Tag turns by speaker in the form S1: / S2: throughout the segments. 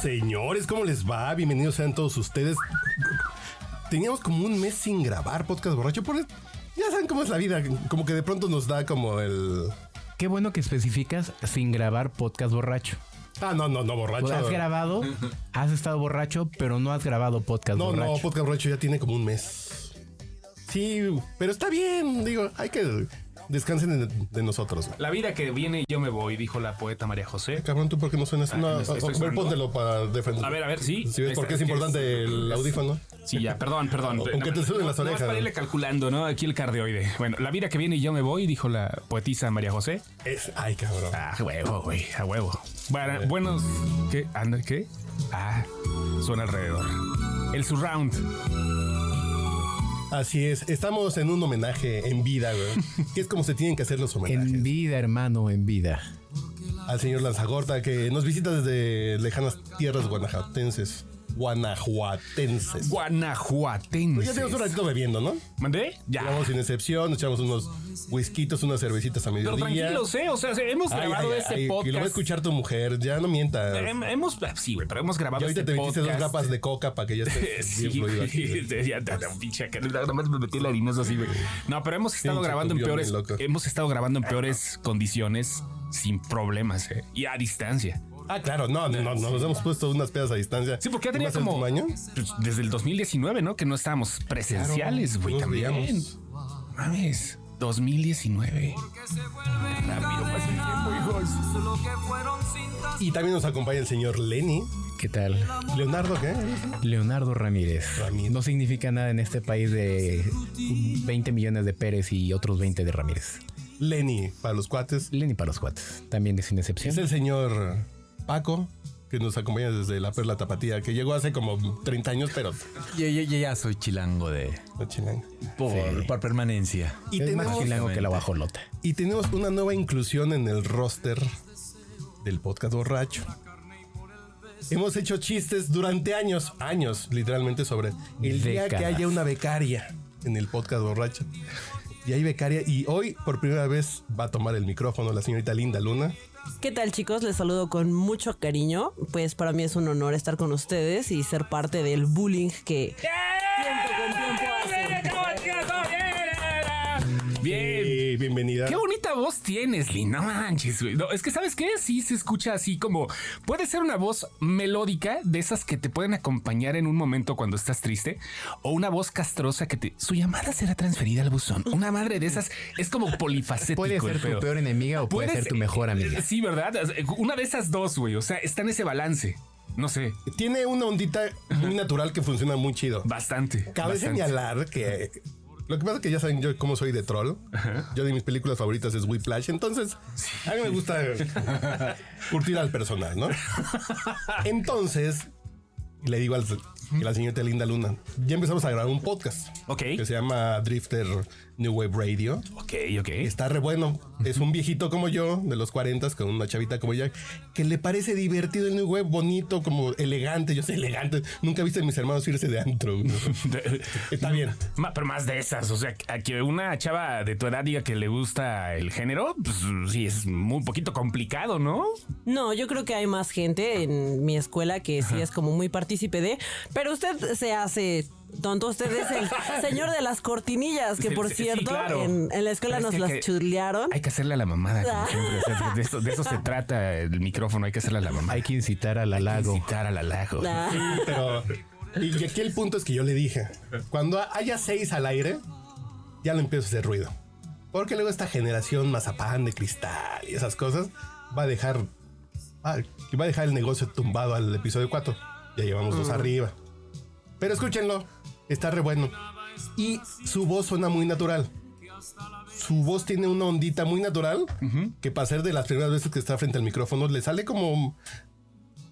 S1: Señores, ¿cómo les va? Bienvenidos sean todos ustedes. Teníamos como un mes sin grabar podcast borracho. Por ya saben cómo es la vida. Como que de pronto nos da como el.
S2: Qué bueno que especificas sin grabar podcast borracho.
S1: Ah, no, no, no, borracho.
S2: O has grabado, has estado borracho, pero no has grabado podcast
S1: no, pues,
S2: borracho.
S1: no, podcast borracho ya tiene como un mes. Sí, pero está bien. Digo, hay que descansen de, de nosotros. güey.
S3: La vida que viene yo me voy, dijo la poeta María José.
S1: Cabrón, tú por qué no suenas.
S3: Ah,
S1: no,
S3: ¿me estoy
S1: a- a- ver,
S3: sonando?
S1: póntelo para defender.
S3: A ver, a ver, sí.
S1: Si ves por qué es importante el audífono.
S3: Sí, ya, perdón, perdón.
S1: Aunque te suenen las
S3: No,
S1: orejas,
S3: no, es para
S1: ¿no?
S3: irle calculando, ¿no? Aquí el cardioide. Bueno, la vida que viene yo me voy, dijo la poetisa María José.
S1: Es. Ay, cabrón.
S3: Ah, a huevo, güey, a huevo.
S1: Eh.
S3: Bueno, buenos. ¿Qué? ¿Anda qué? Ah, suena alrededor. El surround.
S1: Así es. Estamos en un homenaje en vida, güey. que es como se tienen que hacer los homenajes.
S2: En vida, hermano, en vida.
S1: al señor Lanzagorta que nos visita desde lejanas tierras guanajuatenses. Guanajuatenses. Pues ya
S3: Guanajuatense.
S1: tenemos un ratito bebiendo, ¿no?
S3: ¿Mandé? Ya.
S1: Llevamos sin excepción, nos echamos unos whiskitos, unas cervecitas a
S3: Pero
S1: mediodía.
S3: tranquilos, ¿eh? O sea, hemos
S1: Ay,
S3: grabado
S1: ay,
S3: este
S1: ay,
S3: podcast.
S1: Que lo va a escuchar tu mujer, ya no mientas.
S3: Hem- Hemos, ah, sí, güey, pero hemos
S1: Y
S3: grabado
S1: ahorita
S3: este
S1: te metiste dos
S3: podcast.
S1: grapas de coca para que ya estés
S3: Eh, Sí,
S1: bien fluido
S3: güey.
S1: aquí.
S3: Ya, ya, ya, pinche acá, nada más me metí el harinoso así, güey. No, pero hemos estado
S1: Pinche
S3: grabando en
S1: tubión,
S3: peores.
S1: bien loco.
S3: Hemos estado grabando en peores condiciones, sin problemas, eh, Y a distancia.
S1: Ah, claro, no, no, no, nos hemos puesto unas pedas a distancia.
S3: Sí, porque ya tenía
S1: ¿Más el
S3: como.
S1: tamaño?
S3: pues, desde el 2019, ¿no? Que no estábamos presenciales, güey,
S1: Claro, nos
S3: también.
S1: veíamos.
S3: Mames. 2019.
S4: que se vuelven
S3: Rápido pasa el tiempo,
S4: cadenas,
S3: hijos.
S4: lo que fueron cintas
S1: Y también nos acompaña el señor Lenny.
S2: ¿Qué tal?
S1: Leonardo, ¿qué?
S2: Leonardo Ramírez.
S1: Ramírez.
S2: No significa nada en este país de 20 millones de Pérez y otros 20 de Ramírez.
S1: Lenny, para los cuates.
S2: Lenny para los cuates. También de sin
S1: Es
S2: excepción.
S1: el señor Paco, que nos acompaña desde la Perla Tapatía, que llegó hace como 30 años, pero
S5: Yo, yo- yo ya soy chilango de
S1: no chilanga.
S5: por, por permanencia.
S1: Y
S2: es más
S1: tenemos-
S2: chilango que la bajolota.
S1: Y tenemos una nueva inclusión en el roster del podcast borracho. Hemos hecho chistes durante años, años, literalmente, sobre el día que
S2: Décadas.
S1: haya una becaria en el podcast borracho. Y hay becaria, y hoy por primera vez va a tomar el micrófono la señorita Linda Luna.
S6: ¿Qué tal chicos? Les saludo con mucho cariño. Pues para mí es un honor estar con ustedes y ser parte del bullying que tiempo con tiempo hacen.
S3: Bien.
S1: Y bienvenida.
S3: Qué bonita voz tienes, Lin. No manches, güey. No, es que, ¿sabes qué? Sí se escucha así como... Puede ser una voz melódica de esas que te pueden acompañar en un momento cuando estás triste. O una voz castrosa que te... Su llamada será transferida al buzón. Una madre de esas es como polifacético.
S2: Puede ser
S3: el
S2: tu
S3: pedo.
S2: peor enemiga o puede
S3: Puedes-
S2: ser tu mejor amiga.
S3: Sí, ¿verdad? Una de esas dos, güey. O sea, está en ese balance. No sé,
S1: Tiene una ondita muy natural que funciona muy chido.
S3: bastante.
S1: Cabe
S3: bastante.
S1: señalar que lo que pasa es que ya saben yo cómo soy de troll. Yo de mis películas favoritas es Whiplash, entonces a mí me gusta curtir al personal, ¿no? Entonces le digo al, a la señorita Linda Luna, ya empezamos a grabar un podcast
S3: Ok.
S1: que se llama Drifter New Wave Radio.
S3: Ok, ok.
S1: Está re bueno. Es un viejito como yo, de los 40 con una chavita como ella, que le parece divertido el New Wave, bonito, como elegante. Yo soy elegante. Nunca viste a mis hermanos irse de antro. güey. Está bien.
S3: Ma- pero más de esas, o sea, a que una chava de tu edad diga que le gusta el género, pues sí, es muy poquito complicado, ¿no?
S6: No, yo creo que hay más gente en mi escuela que sí es como muy partícipe de, pero usted se hace tonto, usted es el señor de las cortinillas, que por
S3: Sí, sí,
S6: cierto
S3: claro.
S6: en, en la escuela
S3: Pero es
S6: nos
S3: que
S6: las
S3: hay que-
S6: chulearon.
S3: Hay que hacerle a la mamada, como siempre. o sea, de, eso, de eso se trata el micrófono, hay que hacerle a la mamada.
S2: Hay que incitar al halago.
S3: incitar al halago.
S6: Ah,
S1: Pero. Y aquí el punto es que yo le dije: cuando haya seis al aire, ya lo empiezo a hacer ruido. Porque luego esta generación mazapán de cristal y esas cosas va a dejar. ah, que va a dejar el negocio tumbado al episodio 4. Ya llevamos dos arriba. Pero escúchenlo. Está re bueno. Y su voz suena muy natural. Su voz tiene una ondita muy natural que para ser de las primeras veces que está frente al micrófono le sale como...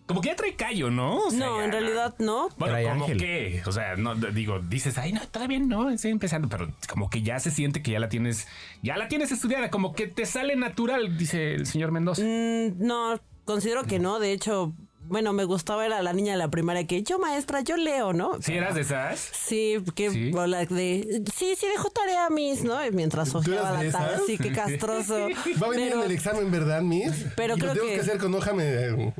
S3: Como que ya trae callo, ¿no? O sea,
S6: No,
S3: ya-
S6: en realidad no.
S3: Bueno,
S2: Trae
S3: como
S2: ángel.
S3: que, o sea, no d- digo, dices, ay, no, está bien, no, estoy empezando, pero como que ya se siente que ya la tienes, ya la tienes estudiada, como que te sale natural, dice el señor Mendoza.
S6: Mm, No, considero que no. De hecho, bueno, me gustaba era la niña de la primaria que yo maestra, yo leo, ¿no?
S3: Si eras de esas,
S6: Sí, que
S3: ¿Sí?
S6: o la de sí, sí dejó tarea mis, ¿no? Y mientras ojeaba
S1: eras de
S6: la tabla,
S1: esas?
S6: sí, qué castroso.
S1: Va a venir
S6: Pero-
S1: en el examen, ¿verdad, Miss?
S6: Pero
S1: y
S6: creo
S1: lo tenemos que...
S6: que-
S1: hacer con hoja... me-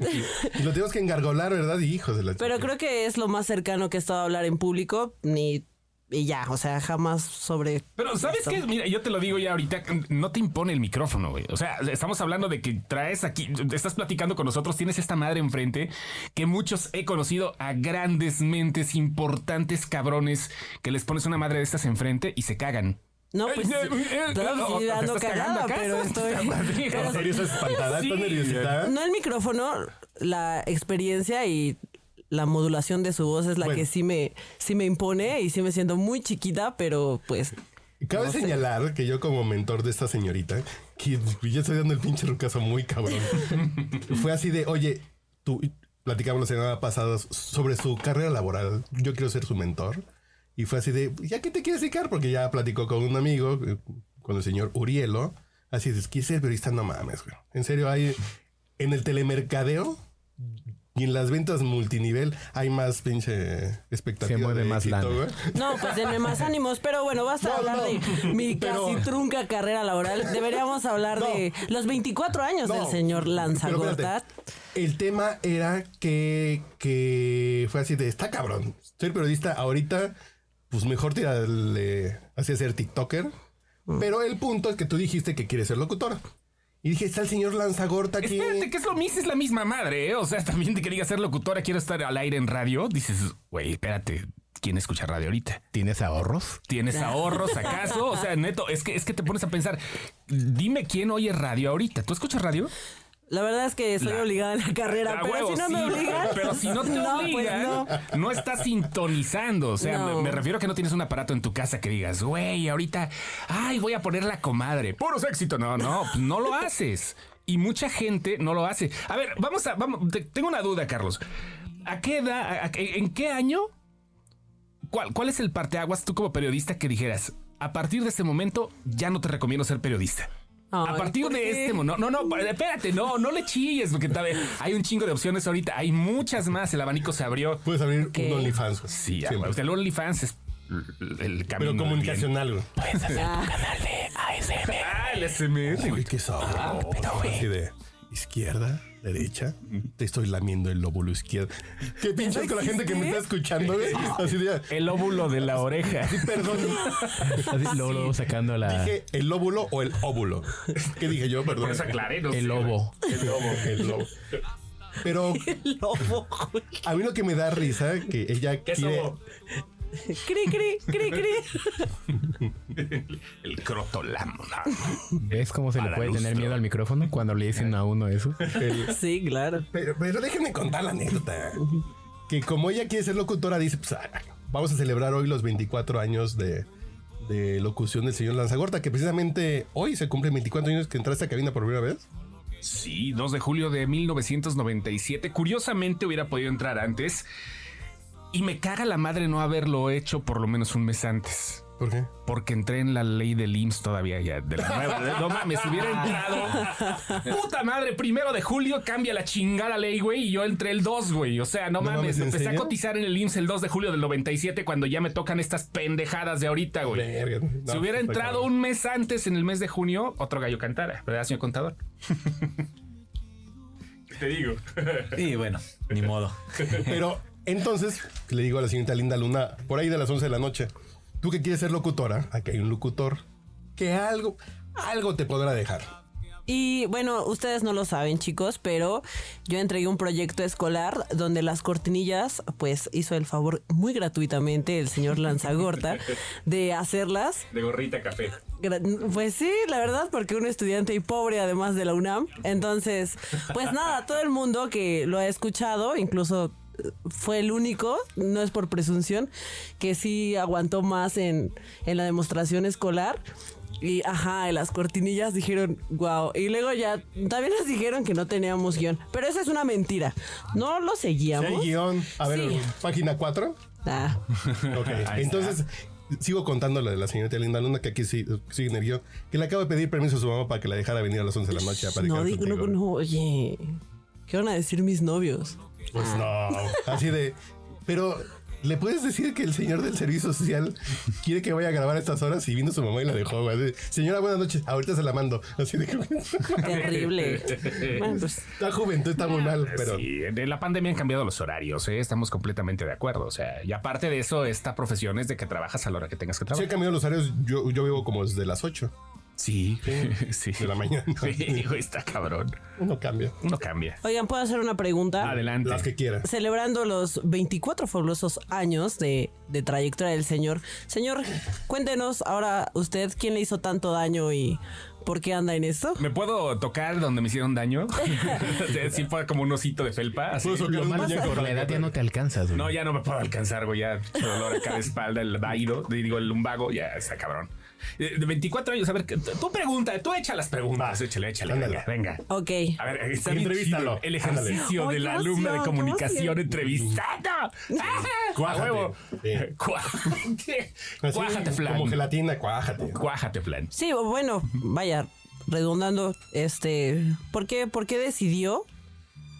S1: y lo tenemos que engargolar, ¿verdad? Y hijos de la...
S6: Pero creo que es lo más cercano que he estado a hablar en público, ni y ya, o sea, jamás sobre.
S3: pero ¿sabes
S6: esto.
S3: qué? Mira, yo te lo digo ya ahorita, no te impone el micrófono, güey. O sea, estamos hablando de que traes aquí, estás platicando con nosotros, tienes esta madre enfrente, que muchos he conocido a grandes mentes, importantes cabrones, que les pones una madre de estas enfrente y se cagan.
S6: No, pues
S3: Eh, eh, eh,
S6: estoy
S3: no,
S6: dando
S3: ¿te estás
S6: cagada,
S3: cagando
S6: pero
S3: acaso?
S6: estoy-
S3: Pero-
S1: ¿En serio estás espantada?
S3: Sí.
S1: ¿Estás nerviosita?
S6: no el micrófono, la experiencia y la modulación de su voz es la
S1: Bueno.
S6: que sí me sí me impone y sí me siento muy chiquita, pero pues
S1: Cabe señalar que yo como mentor de esta señorita, que yo estoy dando el pinche rucazo muy cabrón, fue así de, oye, tú platicamos la semana pasada sobre su carrera laboral, yo quiero ser su mentor. Y fue así de, ¿ya qué te quieres dedicar? Porque ya platicó con un amigo, eh, con el señor Urielo, así de, quise ser periodista, no mames, güey. En serio, hay, en el telemercadeo y en las ventas multinivel hay más pinche expectativa.
S2: Se mueve
S1: de
S2: más
S1: éxito,
S2: lana.
S1: güey.
S6: No, pues denme más ánimos. Pero bueno, basta de
S1: No,
S6: hablar
S1: no,
S6: de mi
S1: pero-
S6: casi trunca carrera laboral. Deberíamos hablar
S1: No.
S6: de los 24 años del
S1: No,
S6: señor
S1: pero espérate.
S6: Lanzagorta.
S1: El tema era que, que fue así de, está cabrón, soy periodista ahorita, pues mejor tirarle hacia ser TikToker.
S6: Mm.
S1: Pero el punto es que tú dijiste que quieres ser locutora. Y dije, está el señor Lanzagorta aquí.
S3: Espérate, que es lo mismo, es la misma madre, ¿eh? O sea, también te quería ser locutora, quiero estar al aire en radio. Dices, güey, espérate, ¿quién escucha radio ahorita?
S2: ¿Tienes ahorros?
S3: ¿Tienes ahorros acaso? O sea, neto, es que, es que te pones a pensar, dime quién oye radio ahorita. ¿Tú escuchas radio?
S6: La verdad es que soy
S3: La-
S6: obligada a la carrera,
S3: A
S6: pero
S3: huevo,
S6: si no me
S3: sí,
S6: obligan.
S3: Pero si no te
S6: pues
S3: obligan,
S6: no.
S3: no, estás sintonizando. O sea,
S6: No.
S3: me, me refiero a que no tienes un aparato en tu casa que digas, güey, ahorita, ay, voy a poner la comadre. Puros éxito. No, no, no lo haces. Y mucha gente no lo hace. A ver, vamos a, vamos, te- tengo una duda, Carlos. ¿A qué edad, a- a- en qué año? ¿Cuál, ¿Cuál es el parteaguas tú como periodista que dijeras, a partir de este momento ya no te recomiendo ser periodista? A
S6: Ay,
S3: partir
S6: ¿por
S3: de
S6: qué?
S3: este momento, no, no, pa- espérate, no, no le chilles, porque tal vez hay un chingo de opciones ahorita, hay muchas más, el abanico se abrió.
S1: Puedes abrir
S6: ¿Qué?
S1: un OnlyFans. güey.
S3: Sí, ah,
S1: Siempre.
S3: bueno, el OnlyFans es el camino.
S1: Pero comunicacional. güey.
S3: del bien. Ah, el SMR, güey.
S1: Uy, qué sabroso.
S6: Ah,
S1: Así de izquierda, derecha. Te estoy lamiendo el lóbulo izquierdo. Qué pinches con la gente que me está escuchando. güey? Así de,
S3: El óvulo de la oreja.
S1: perdón.
S2: Así, luego, luego sacando la,
S1: Dije el lóbulo o el óvulo. ¿Qué dije yo? Perdón.
S3: Por eso aclaré, no sé.
S2: el lobo.
S1: El lobo, el lobo. Pero
S6: Lobo, güey.
S1: a mí lo que me da risa que ella
S3: ¿Qué es
S1: quiere.
S3: lobo?
S6: Cri, cri, cri, cri.
S3: El crotolamo.
S2: ¿Ves cómo se
S3: A
S2: le
S3: la
S2: puede
S3: luz,
S2: tener
S3: ¿no?
S2: miedo al micrófono cuando le dicen a uno eso?
S1: el-
S6: Sí, claro.
S1: pero, pero déjenme contar la anécdota. Que como ella quiere ser locutora, dice: pues, ah, Vamos a celebrar hoy los 24 años de, de locución del señor Lanzagorta, que precisamente hoy se cumplen 24 años que entraste a cabina por primera vez.
S3: Sí, 2 de julio de 1997. Curiosamente hubiera podido entrar antes. Y me caga la madre no haberlo hecho por lo menos un mes antes.
S1: ¿Por qué?
S3: Porque entré en la ley del IMSS todavía ya de la nueva. de- No mames, hubiera entrado. Puta madre, primero de julio cambia la chingada ley, güey. Y yo entré el 2, güey. O sea, no,
S1: No
S3: mames.
S1: mames, ¿en
S3: empecé a
S1: serio?
S3: cotizar en el IMSS el 2 de julio del 97 cuando ya me tocan estas pendejadas de ahorita, güey.
S1: Verga, no,
S3: si hubiera
S1: está
S3: entrado
S1: cabrón.
S3: un mes antes, en el mes de junio, otro gallo cantara, ¿verdad, señor contador? ¿Qué te digo?
S5: Y bueno, ni modo.
S1: Pero entonces le digo a la señorita Linda Luna, por ahí de las 11 de la noche, tú que quieres ser locutora, aquí hay un locutor, que algo, algo te podrá dejar.
S6: Y bueno, ustedes no lo saben, chicos, pero yo entregué un proyecto escolar donde las cortinillas, pues hizo el favor muy gratuitamente el señor Lanzagorta de hacerlas.
S3: De gorrita café.
S6: Gra- Pues sí, la verdad, porque un estudiante y pobre además de la UNAM. Entonces, pues nada, todo el mundo que lo ha escuchado, incluso fue el único, no es por presunción, que sí aguantó más en, en la demostración escolar. Y ajá, en las cortinillas dijeron, wow. Y luego ya también nos dijeron que no teníamos guión. Pero esa es una mentira. No lo
S1: Si hay
S6: seguíamos.
S1: guión, a ver,
S6: Sí.
S1: página 4.
S6: Ah,
S1: Ok, entonces sigo contando lo de la señorita Linda Luna, que aquí sí, sigue en el guión, que le acaba de pedir permiso a su mamá para que la dejara venir a las 11 de la noche a platicar
S6: no, digo, no,
S1: contigo.
S6: no, oye. ¿Qué van a decir mis novios?
S1: Pues
S3: Ah.
S1: no, así de... Pero... ¿Le puedes decir que el señor del servicio social quiere que vaya a grabar a estas horas y vino su mamá y la dejó? güey, así de, Señora, buenas noches. Ahorita se la mando. Así de
S6: Terrible. Bueno, pues,
S1: La juventud está muy mal,
S3: Ah,
S1: pero...
S3: Sí, en la pandemia han cambiado los horarios, ¿eh? estamos completamente de acuerdo. O sea, y aparte de eso, esta profesión es de que trabajas a la hora que tengas que
S1: Si he
S3: trabajar.
S1: cambiado los horarios, yo, yo vivo como desde las 8
S3: Sí, sí.
S1: de la mañana.
S3: Sí, güey, está cabrón.
S1: No cambia.
S3: Uno cambia.
S6: Oigan, ¿puedo hacer una pregunta?
S3: Adelante.
S1: Las que quiera.
S6: Celebrando los 24 fabulosos años de, de trayectoria del señor. Señor, cuéntenos ahora usted quién le hizo tanto daño y por qué anda en esto.
S3: ¿Me puedo tocar donde me hicieron daño? sí, fue como un osito de felpa. así.
S1: Puedo socar
S3: Lo
S1: Pues, un
S3: más-
S1: muñeco.
S2: Por la edad ya no te alcanzas, güey.
S3: No, ya no me puedo alcanzar, güey. Ya el dolor acá de espalda, el vaído, digo, el lumbago, ya está cabrón. Eh, De 24 años, a ver, que- tú pregunta, tú echa las preguntas. échale, échale.
S1: Ándale.
S3: Venga, venga.
S6: Ok.
S3: A ver, está bien
S1: Entrevístalo.
S3: chido El ejercicio
S6: Ándale.
S3: del
S6: Ay, qué
S3: alumno de
S6: emoción, qué
S3: comunicación
S6: emoción.
S3: entrevistado. ¡Ah!
S1: Cuájate.
S3: A huevo.
S1: Sí.
S3: Cuájate.
S1: Así,
S3: Cuájate, flan.
S1: Como gelatina, cuájate.
S3: Cuájate, flan.
S6: Sí, bueno, vaya, redundando, este, ¿por qué, por qué decidió?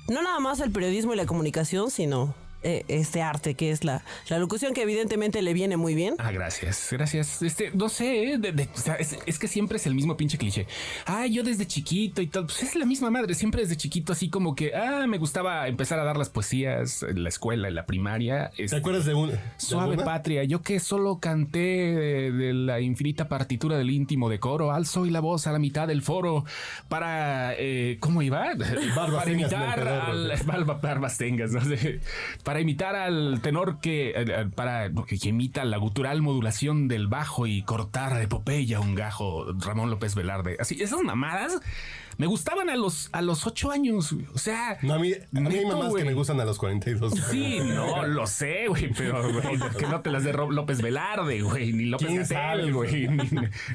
S6: No nada más el periodismo y la comunicación, sino eh, este arte que es la, la locución que evidentemente le viene muy bien.
S3: Ah, gracias, gracias. Este, no sé, eh, de- de- o sea, es, es que siempre es el mismo pinche cliché. Ah, yo desde chiquito y tal. Pues es la misma madre, siempre desde chiquito, así como que, ah, me gustaba empezar a dar las poesías en la escuela, en la primaria.
S1: ¿Te
S3: este,
S1: acuerdas de un de
S3: Suave
S1: alguna?
S3: patria, yo que solo canté de, de la infinita partitura del íntimo decoro, alzo y la voz a la mitad del foro para eh, ¿cómo iba? para
S1: tengas,
S3: imitar
S1: Mercader,
S3: al barba- barbas tengas, no sé. Para imitar al tenor que eh, para que imita la gutural modulación del bajo y cortar de Popeya un gajo, Ramón López Velarde. Así, esas mamadas me gustaban a los a los ocho años, güey. o sea,
S1: No, a mí, a mí hay
S3: Neto,
S1: mamás
S3: güey.
S1: que me gustan a los 42.
S3: Sí, no, lo sé, güey, pero güey, que no te las de Ro- López Velarde, güey, ni López
S1: ¿Quién sabe?
S3: Gatel, güey, ni,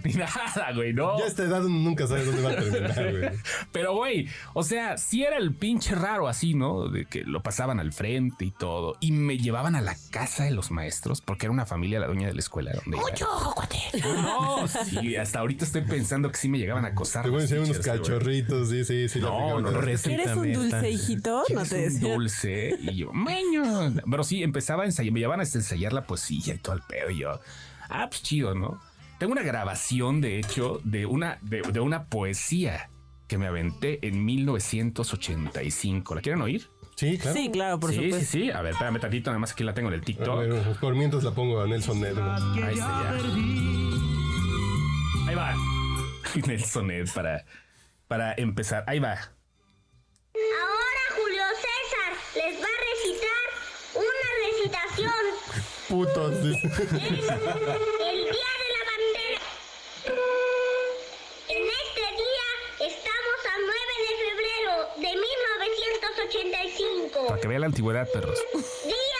S3: ni nada, güey, no.
S1: Ya a esta edad uno nunca sabes dónde va a terminar, güey.
S3: Pero, güey, o sea, sí era el pinche raro así, ¿no? De que lo pasaban al frente y todo. Y me llevaban a la casa de los maestros, porque era una familia, la dueña de la escuela. Donde ¡Mucho ojo, cuate! No, sí, hasta ahorita estoy pensando que sí me llegaban a acosar.
S1: Te voy a
S3: las
S1: enseñar unos
S3: teachers, güey.
S1: cachorritos, sí, sí, sí. la
S3: No,
S1: pegaba.
S3: no,
S2: Resulta
S6: ¿Eres un
S2: meta.
S6: dulce hijito? No
S3: ¿Quieres
S6: te
S3: un
S6: decía.
S3: dulce. Y yo, meño. Pero sí, empezaba a ensayar, me llevaban a ensayar la poesía y todo el pedo. Y yo, ah, pues chido, ¿no? Tengo una grabación, de hecho, de una, de, de una poesía que me aventé en 1985. ¿La quieren oír?
S1: Sí, claro.
S6: Sí, claro, por
S3: sí,
S6: supuesto.
S3: sí, sí. A ver, espérame tantito, nada más aquí la tengo en el
S1: A
S3: TikTok.
S1: ver, pues, por mientras la pongo a Nelson Ned. güey.
S3: Ahí está ya. Ahí va. Nelson Ed para, para empezar. Ahí va.
S7: Ahora Julio César les va a recitar una recitación.
S1: Putos. sí.
S7: Es el Día de la Bandera. En este día estamos a 9 de febrero de 1985.
S3: Para que vea la antigüedad, perros.
S7: Día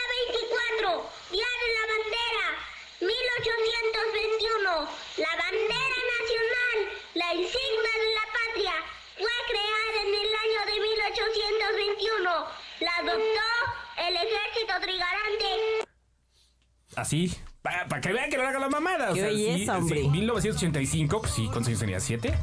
S7: 24, Día de la Bandera, 1821. La bandera nacional, la insignia de la patria, fue creada en el año de 1821. La adoptó el ejército trigarante
S3: Así. Para que vean que no haga la mamada.
S6: Qué
S3: o sea, sí,
S6: belleza,
S3: sí,
S6: hombre.
S3: 1985, pues sí, ¿cuántos años tenía? ¿Siete?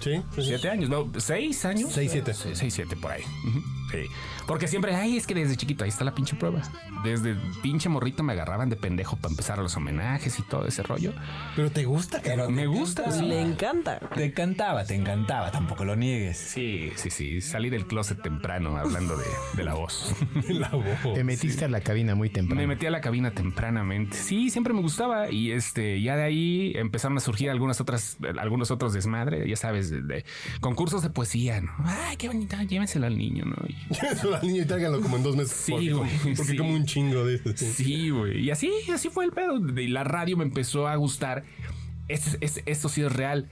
S1: Sí, sí, sí.
S3: ¿Siete años? No, ¿seis años?
S1: Seis, siete.
S3: Sí, seis, siete, por ahí. Ujú, Sí. Porque siempre, ay, es que desde chiquito, ahí está la pinche prueba. Desde pinche morrito me agarraban de pendejo para empezar los homenajes y todo ese rollo.
S5: Pero te gusta, cabrón.
S3: Me gusta. sí.
S6: Le encanta.
S5: Te cantaba, te encantaba, tampoco lo niegues.
S3: Sí, sí, sí. Salí del closet temprano hablando de, de la voz.
S1: La voz.
S2: Te metiste a la cabina muy temprano.
S3: Me metí a la cabina tempranamente. Sí, siempre me gustaba. Y este, ya de ahí empezaron a surgir algunas otras, algunos otros desmadre, ya sabes, de, de concursos de poesía, ¿no? Ay, qué bonita, llévenselo al niño, ¿no? Y-
S1: Eso al niño y tráiganlo como en dos meses.
S3: Sí,
S1: porque,
S3: güey,
S1: porque
S3: sí.
S1: como un chingo de
S3: sí, güey. Y así, así fue el pedo. Y la radio me empezó a gustar. Es, es- esto sí es real.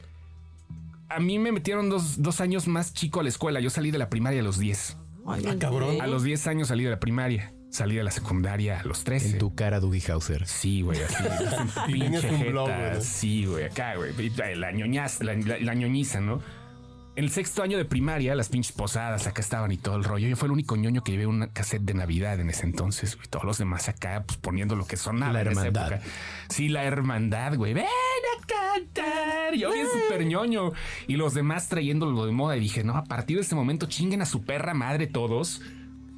S3: A mí me metieron dos, dos años más chico a la escuela. Yo salí de la primaria a los 10.
S6: Ay,
S1: Ah, cabrón.
S6: ok.
S3: A los 10 años salí de la primaria. Salí de la secundaria a los 13.
S2: En tu cara, Dougie Hauser.
S3: Sí, güey, así.
S1: Y tenías
S3: pinche
S1: un blog,
S3: jeta,
S1: güey.
S3: Sí, güey, acá, güey. y La ñoñaz, la, la- la ñoñiza, ¿no? En el sexto año de primaria, las pinches posadas acá estaban y todo el rollo. Yo fui el único ñoño que llevé una cassette de Navidad en ese entonces, güey. Todos los demás acá, pues poniendo lo que sonaba
S2: La
S3: en esa
S2: hermandad.
S3: época. Sí, la hermandad, güey. Ven a cantar. Yo bien súper ñoño. Y los demás trayendo lo de moda. Y dije, no, a partir de ese momento chinguen a su perra madre todos.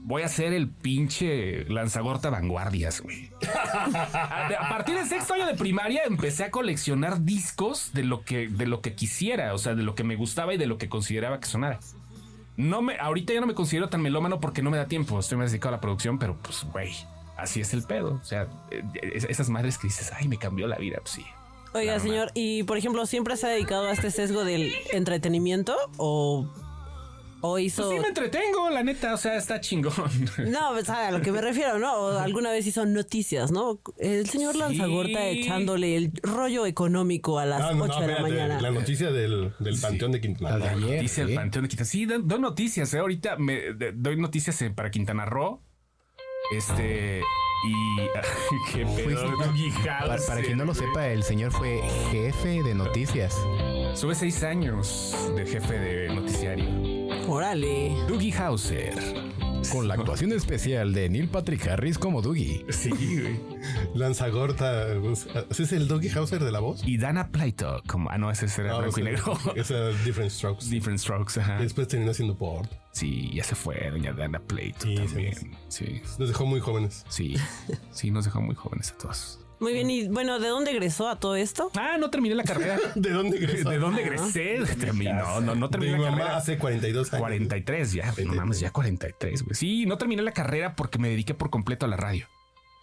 S3: Voy a ser el pinche lanzagorta vanguardias, güey. A, a partir del sexto año de primaria empecé a coleccionar discos de lo que de lo que quisiera, o sea, de lo que me gustaba y de lo que consideraba que sonara. No me, ahorita ya no me considero tan melómano porque no me da tiempo. Estoy más dedicado a la producción, pero pues, güey, así es el pedo. O sea, eh, es- esas madres que dices, ay, me cambió la vida, pues sí.
S6: Oiga,
S3: Claro,
S6: señor, y por ejemplo, ¿siempre se ha dedicado a este sesgo del entretenimiento o, o hizo...
S3: Pues sí me entretengo, la neta, o sea, está chingón.
S6: No, pues a lo que me refiero, ¿no? O alguna vez hizo noticias, ¿no? El señor
S3: Sí.
S6: Lanzagorta echándole el rollo económico a las
S1: Ah,
S6: 8
S1: no, no,
S6: de la
S1: espérate,
S6: mañana.
S1: La noticia del, del panteón de Quintana
S2: La de
S1: Roo.
S2: ayer. ¿eh?
S3: Dice el
S2: sí.
S3: Panteón de Quintana. Sí, doy noticias, eh. Ahorita me de- doy noticias eh, para Quintana Roo. Este. Y. qué pedo, Dougie
S2: Pa-
S3: House,
S2: para quien no lo
S3: eh,
S2: sepa, el señor fue jefe de noticias.
S3: Sube seis años de jefe de noticiario.
S6: Órale.
S3: Dougie Hauser.
S2: Con la actuación especial de Neil Patrick Harris como Dougie.
S3: Sí, güey.
S1: Lanzagorta. pues, ¿Ese es el Doggy Hauser de la voz?
S3: Y Dana Plato, como. Ah, no, ese era
S1: No,
S3: blanco y negro.
S1: Es es, uh, Different Strokes.
S3: Different Strokes, ajá.
S1: Después terminó haciendo port.
S3: Sí, ya se fue, doña Dana Plato
S1: Sí,
S3: también. Sí.
S1: Nos dejó muy jóvenes.
S3: Sí, sí, nos dejó muy jóvenes a todos.
S6: Muy bien, y bueno, ¿de dónde egresó a todo esto?
S3: Ah, no terminé la carrera.
S1: ¿De dónde egresó?
S3: ¿De dónde egresé? Terminé- No, no, no
S1: Mi
S3: terminé la
S1: mamá
S3: carrera.
S1: hace 42 años.
S3: 43 ya, güey, no mames, ya 43, güey. Sí, no terminé la carrera porque me dediqué por completo a la radio.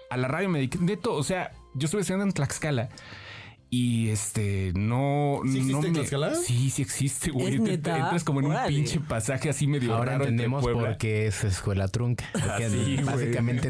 S3: A la radio me dediqué, neto, o sea, yo estuve estudiando en Tlaxcala y este, no...
S1: ¿Sí existe
S3: no me-
S1: Tlaxcala?
S3: Sí, sí existe, güey. Te-
S6: ¿Es
S3: te
S6: neta?
S3: Entras como en un
S6: Órale.
S3: pinche pasaje así medio
S2: Ahora
S3: raro entre
S2: entendemos
S3: Puebla.
S2: por qué es escuela trunca. Porque
S3: sí, güey.
S2: básicamente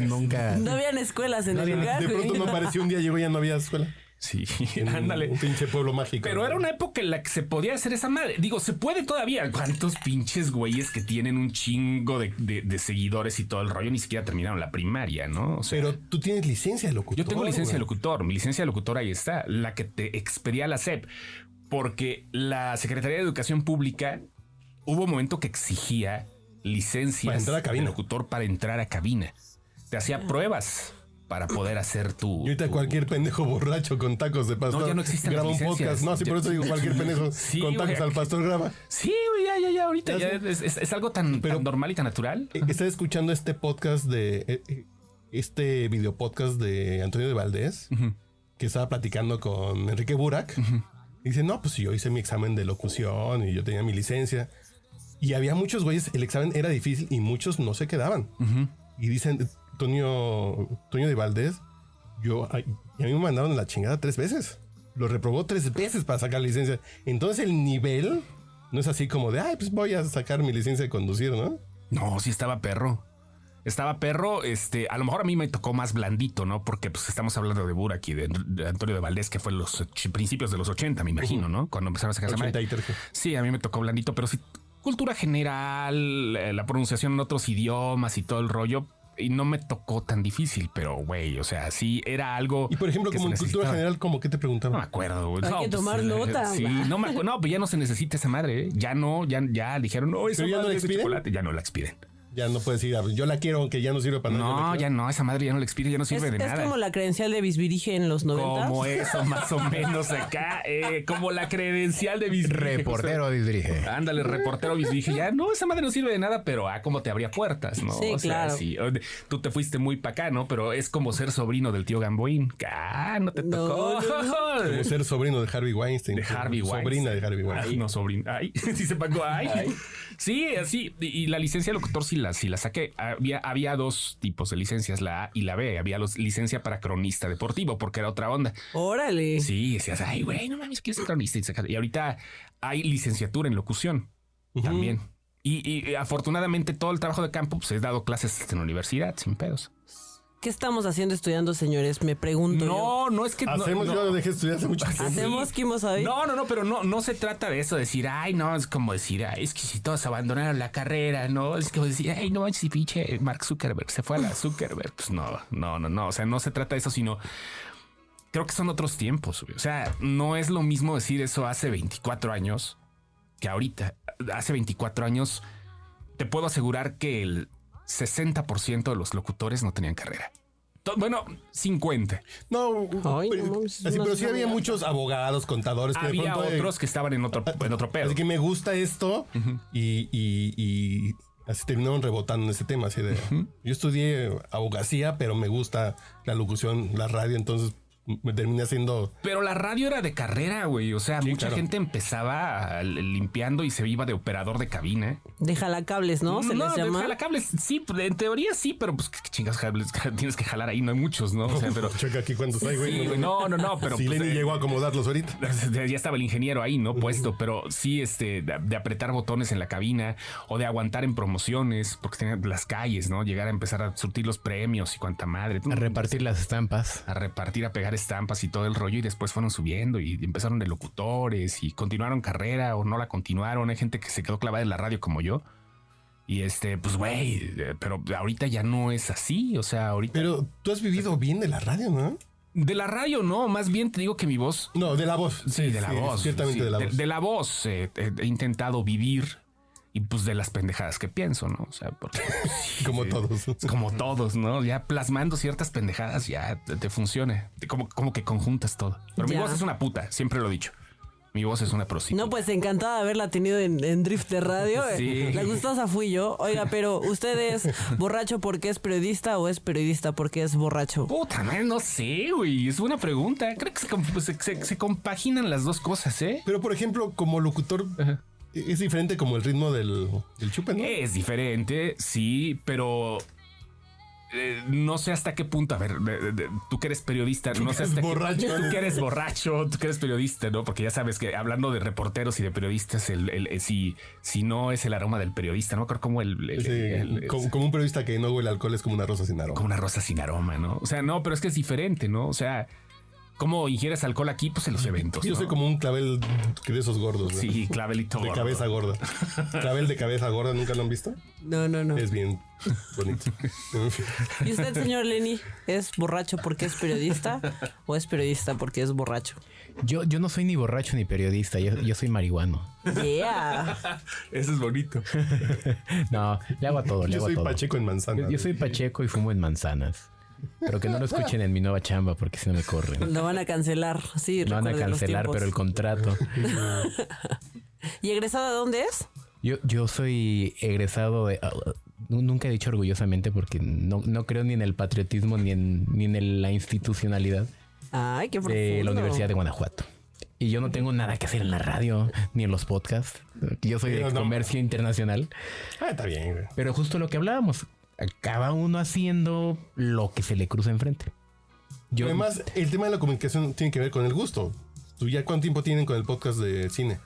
S2: nunca.
S6: No habían escuelas en el lugar.
S1: De
S6: güey.
S1: pronto no apareció un día, llegó y ya no había escuela.
S3: Sí,
S1: En
S3: ándale.
S1: Un pinche pueblo mágico.
S3: Pero era una época en la que se podía hacer esa madre. Digo, se puede todavía. ¿Cuántos pinches güeyes que tienen un chingo de, de- de seguidores y todo el rollo? Ni siquiera terminaron la primaria, ¿no? O sea,
S1: Pero tú tienes licencia de locutor.
S3: yo tengo licencia de
S1: güey.
S3: locutor. Mi licencia de locutor ahí está, la que te expedía la SEP. Porque la Secretaría de Educación Pública hubo un momento que exigía licencias
S1: Para entrar a cabina.
S3: de locutor para entrar a cabina. Te hacía pruebas para poder hacer tu...
S1: Y ahorita
S3: tu-
S1: cualquier pendejo borracho con tacos de pastor
S3: No, ya no existen
S1: graba
S3: las
S1: un
S3: licencias.
S1: podcast. No, sí,
S3: Ya-
S1: por eso digo cualquier pendejo
S3: Sí,
S1: con
S3: güey,
S1: tacos al
S3: aquí-
S1: pastor graba.
S3: Sí, güey, ya, ya, ya. Ahorita
S1: Ya
S3: ya es, es- es algo tan,
S1: Pero-
S3: tan normal y tan natural.
S1: Eh, Estaba escuchando este podcast de eh, eh, este video podcast de Antonio de Valdés que estaba platicando con Enrique Burak. Y Dice, no, pues yo hice mi examen de locución y yo tenía mi licencia. Y había muchos güeyes, el examen era difícil y muchos no se quedaban. Y dicen, Toño, Toño de Valdés, yo, ay, y a mí me mandaron a la chingada tres veces. Lo reprobó tres veces para sacar licencia. Entonces el nivel no es así como de, ay, pues voy a sacar mi licencia de conducir, ¿no?
S3: No, sí estaba perro. Estaba perro, este, a lo mejor a mí me tocó más blandito, ¿no? Porque pues estamos hablando de Burak y de, de Antonio de Valdés, que fue en los och- principios de los 80, me imagino, ¿no? Cuando empezaron a sacar esa madre.
S1: 83.
S3: Sí, a mí me tocó blandito, pero sí, cultura general, eh, la pronunciación en otros idiomas y todo el rollo. Y no me tocó tan difícil, pero güey, o sea, sí era algo.
S1: Y por ejemplo,
S3: que
S1: como en
S3: se
S1: cultura
S3: necesitaba.
S1: general, como que te
S3: No me
S1: preguntaban.
S3: acuerdo, güey.
S6: Hay
S3: No, pues, eh,
S6: que tomar nota.
S3: Sí, no me acuerdo. No, pues ya no se necesita esa madre. ¿eh? Ya no, ya, ya dijeron, no, esa
S1: ¿Pero ya no
S3: madre
S1: la
S3: es de
S1: expiden?
S3: chocolate. Ya no la expiden.
S1: Ya no puedes ir a- yo la quiero, aunque ya no sirve para nada.
S3: No, ya no, esa madre ya no la expiden, ya no
S6: Es,
S3: sirve de
S6: es
S3: nada.
S6: como la credencial de Bisbirige en los 90.
S3: Como eso, más o menos acá, eh, como la credencial de mis
S2: Reportero dirige.
S3: Ándale, reportero, y dije, ya no, esa madre no sirve de nada, pero ah, como te abría puertas, ¿no?
S6: Sí,
S3: O sea,
S6: claro.
S3: sí. O de- Tú te fuiste muy pa' acá, ¿no? Pero es como ser sobrino del tío Gamboín. Ah, no te
S6: No,
S3: tocó.
S1: Como ser sobrino de Harvey Weinstein.
S3: De Harvey Weinstein.
S1: Sobrina de Harvey Weinstein.
S3: Ay, no, sobrina. Ay, sí se pagó. Ay. Sí, así. Y, y la licencia de locutor sí la, sí la saqué. Había, había dos tipos de licencias, la A y la B. Había los, licencia para cronista deportivo, porque era otra onda.
S6: Órale.
S3: Sí, decías, ay, güey, no mames, quieres ser cronista. Y, sacas- y ahorita hay licenciatura en locución también. Y, y, eh, afortunadamente todo el trabajo de campo pues, he dado clases en la universidad sin pedos.
S6: ¿Qué estamos haciendo estudiando, señores? Me pregunto. yo.
S3: No, no es que no-
S1: Hacemos,
S3: no,
S1: yo dejé de estudiar hace mucho tiempo.
S6: Hacemos Kimo Sabi.
S3: No, no, no, pero no, no se trata de eso, decir, ay, no, es como decir, ay, es que si todos abandonaron la carrera, no, es como decir, ay, no manches, si pinche Mark Zuckerberg se fue a la Zuckerberg. Pues no, no, no, no, o sea, no se trata de eso, sino creo que son otros tiempos. güey. O sea, no es lo mismo decir eso hace 24 años que ahorita. Hace 24 años te puedo asegurar que el 60% de los locutores no tenían carrera. To- Bueno, 50.
S1: No,
S6: Ay,
S1: pero,
S6: no mames,
S1: así,
S6: no
S1: pero sí
S6: sabía.
S1: había muchos abogados, contadores que de
S3: Había
S1: pronto, eh,
S3: otros que estaban en otro, en otro pedo.
S1: Así que me gusta esto y, y- y así terminaron rebotando en este tema. Así de, Yo estudié abogacía, pero me gusta la locución, la radio, entonces me terminé haciendo...
S3: Pero la radio era de carrera, güey. O sea, mucha
S1: claro.
S3: gente empezaba eh, limpiando y se iba de operador de cabina.
S6: De jalacables, ¿no? Se les
S3: de
S6: llama.
S3: jalacables, sí, en teoría sí, pero pues qué qué chingas cables tienes que jalar ahí, no hay muchos, ¿no? O sea, pero
S1: Checa aquí cuántos hay, güey.
S3: sí, güey, no, no, no, pero
S1: si
S3: pues,
S1: Lenny
S3: eh,
S1: llegó a acomodarlos ahorita.
S3: ya estaba el ingeniero ahí, ¿no? Puesto, pero sí, este, de, de apretar botones en la cabina o de aguantar en promociones, porque tenían las calles, ¿no? Llegar a empezar a surtir los premios y cuanta madre.
S2: A repartir las estampas.
S3: a repartir, a pegar estampas y todo el rollo y después fueron subiendo y empezaron de locutores y continuaron carrera o no la continuaron. Hay gente que se quedó clavada en la radio como yo. Y este, pues güey, eh, pero ahorita ya no es así. O sea, ahorita...
S1: Pero tú has vivido bien de la radio, ¿no?
S3: de la radio no, más bien te digo que mi voz...
S1: No, de la voz.
S3: Sí, de la voz.
S1: Ciertamente
S3: sí,
S1: de la voz.
S3: voz, eh, eh, he intentado vivir y pues de las pendejadas que pienso, ¿no? O sea, porque...
S1: como todos.
S3: Es como todos, ¿no? Ya plasmando ciertas pendejadas ya te, te funciona. Te- Como, como que conjuntas todo. Pero mi
S6: Ya.
S3: voz es una puta, siempre lo he dicho. Mi voz es una prostituta.
S6: No, pues encantada de haberla tenido en, en Drift de Radio.
S3: Sí.
S6: La gustosa fui yo. Oiga, pero ¿usted es borracho porque es periodista o es periodista porque es borracho?
S3: Puta madre, no sé, güey. Es buena pregunta. Creo que se, com- pues, se- se- se compaginan las dos cosas, ¿eh?
S1: Pero, por ejemplo, como locutor, es diferente como el ritmo del, del chupe, ¿no?
S3: Es diferente, sí, pero. eh, no sé hasta qué punto. A ver, de- de- de- tú que eres periodista, no sé
S1: eres
S3: hasta qué-
S1: borracho.
S3: Tú que eres borracho, tú que eres periodista, ¿no? Porque ya sabes que hablando de reporteros y de periodistas, el, el- eh, si, si no es el aroma del periodista, no me acuerdo cómo el. el-
S1: Sí,
S3: el- el-
S1: como, como un periodista que no huele alcohol es como una rosa sin aroma.
S3: como una rosa sin aroma, ¿no? O sea, no, pero es que es diferente, ¿no? O sea, ¿cómo ingieres alcohol aquí? Pues en los eventos.
S1: Yo
S3: ¿no?
S1: soy como un clavel que de esos gordos, ¿no?
S3: Sí, clavelito.
S1: De
S3: gordo.
S1: cabeza gorda. Clavel de cabeza gorda, ¿nunca lo han visto?
S6: No, no, no.
S1: Es bien bonito. En fin.
S6: ¿Y usted, señor Lenny, es borracho porque es periodista o es periodista porque es borracho?
S2: Yo, yo no soy ni borracho ni periodista, yo, yo soy marihuano.
S6: Yeah.
S3: Eso es bonito.
S2: No, le hago a todo, le
S1: Yo
S2: hago a
S1: soy
S2: todo.
S1: Pacheco en manzana.
S2: Yo, yo soy Pacheco y fumo en manzanas. Pero que no lo escuchen en mi nueva chamba porque si no me corren.
S6: Lo van a cancelar. Sí,
S2: Me van a
S6: recuerde los
S2: cancelar,
S6: tiempos.
S2: pero el contrato.
S6: ¿Y egresada de dónde es?
S2: Yo, yo soy egresado de... ah, ah, nu- nunca he dicho orgullosamente porque no, no creo ni en el patriotismo ni en, ni en el- la institucionalidad
S6: Ay, qué profundo.
S2: de la Universidad de Guanajuato. Y yo no tengo nada que hacer en la radio ni en los podcasts. Yo soy
S1: No,
S2: de
S1: no.
S2: comercio internacional.
S1: Ah, está bien, güey.
S2: Pero justo lo que hablábamos, cada uno haciendo lo que se le cruza enfrente. Yo,
S1: Además, el tema de la comunicación tiene que ver con el gusto. ¿Tú ya cuánto tiempo tienen con el podcast de cine?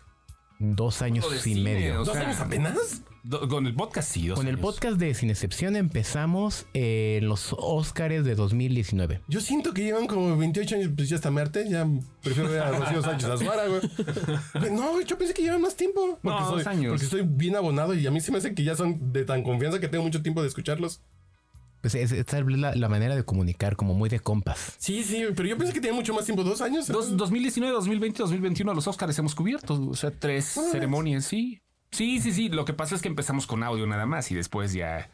S2: dos años
S3: de
S2: y
S3: cine,
S2: medio.
S3: o sea,
S1: ¿Apenas?
S3: do- con el podcast sí. dos
S2: Con el
S3: años.
S2: podcast de Sin Excepción empezamos eh, los Óscares de 2019.
S1: Yo siento que llevan como 28 años, pues ya hasta me harté, ya prefiero ver a Rocío Sánchez Azuara, güey. No, güey, yo pensé que llevan más tiempo. Porque
S3: No,
S1: soy,
S3: dos años.
S1: Porque estoy bien abonado y a mí se me hace que ya son de tan confianza que tengo mucho tiempo de escucharlos.
S2: Pues es, es tal vez la, la manera de comunicar, como muy de compas.
S1: Sí, sí, pero yo pensé que tenía mucho más tiempo, dos años.
S3: Dos- 2019, 2020, 2021 los Oscars hemos cubierto. O sea, tres ceremonias, sí. Sí, sí, sí. Lo que pasa es que empezamos con audio nada más y después ya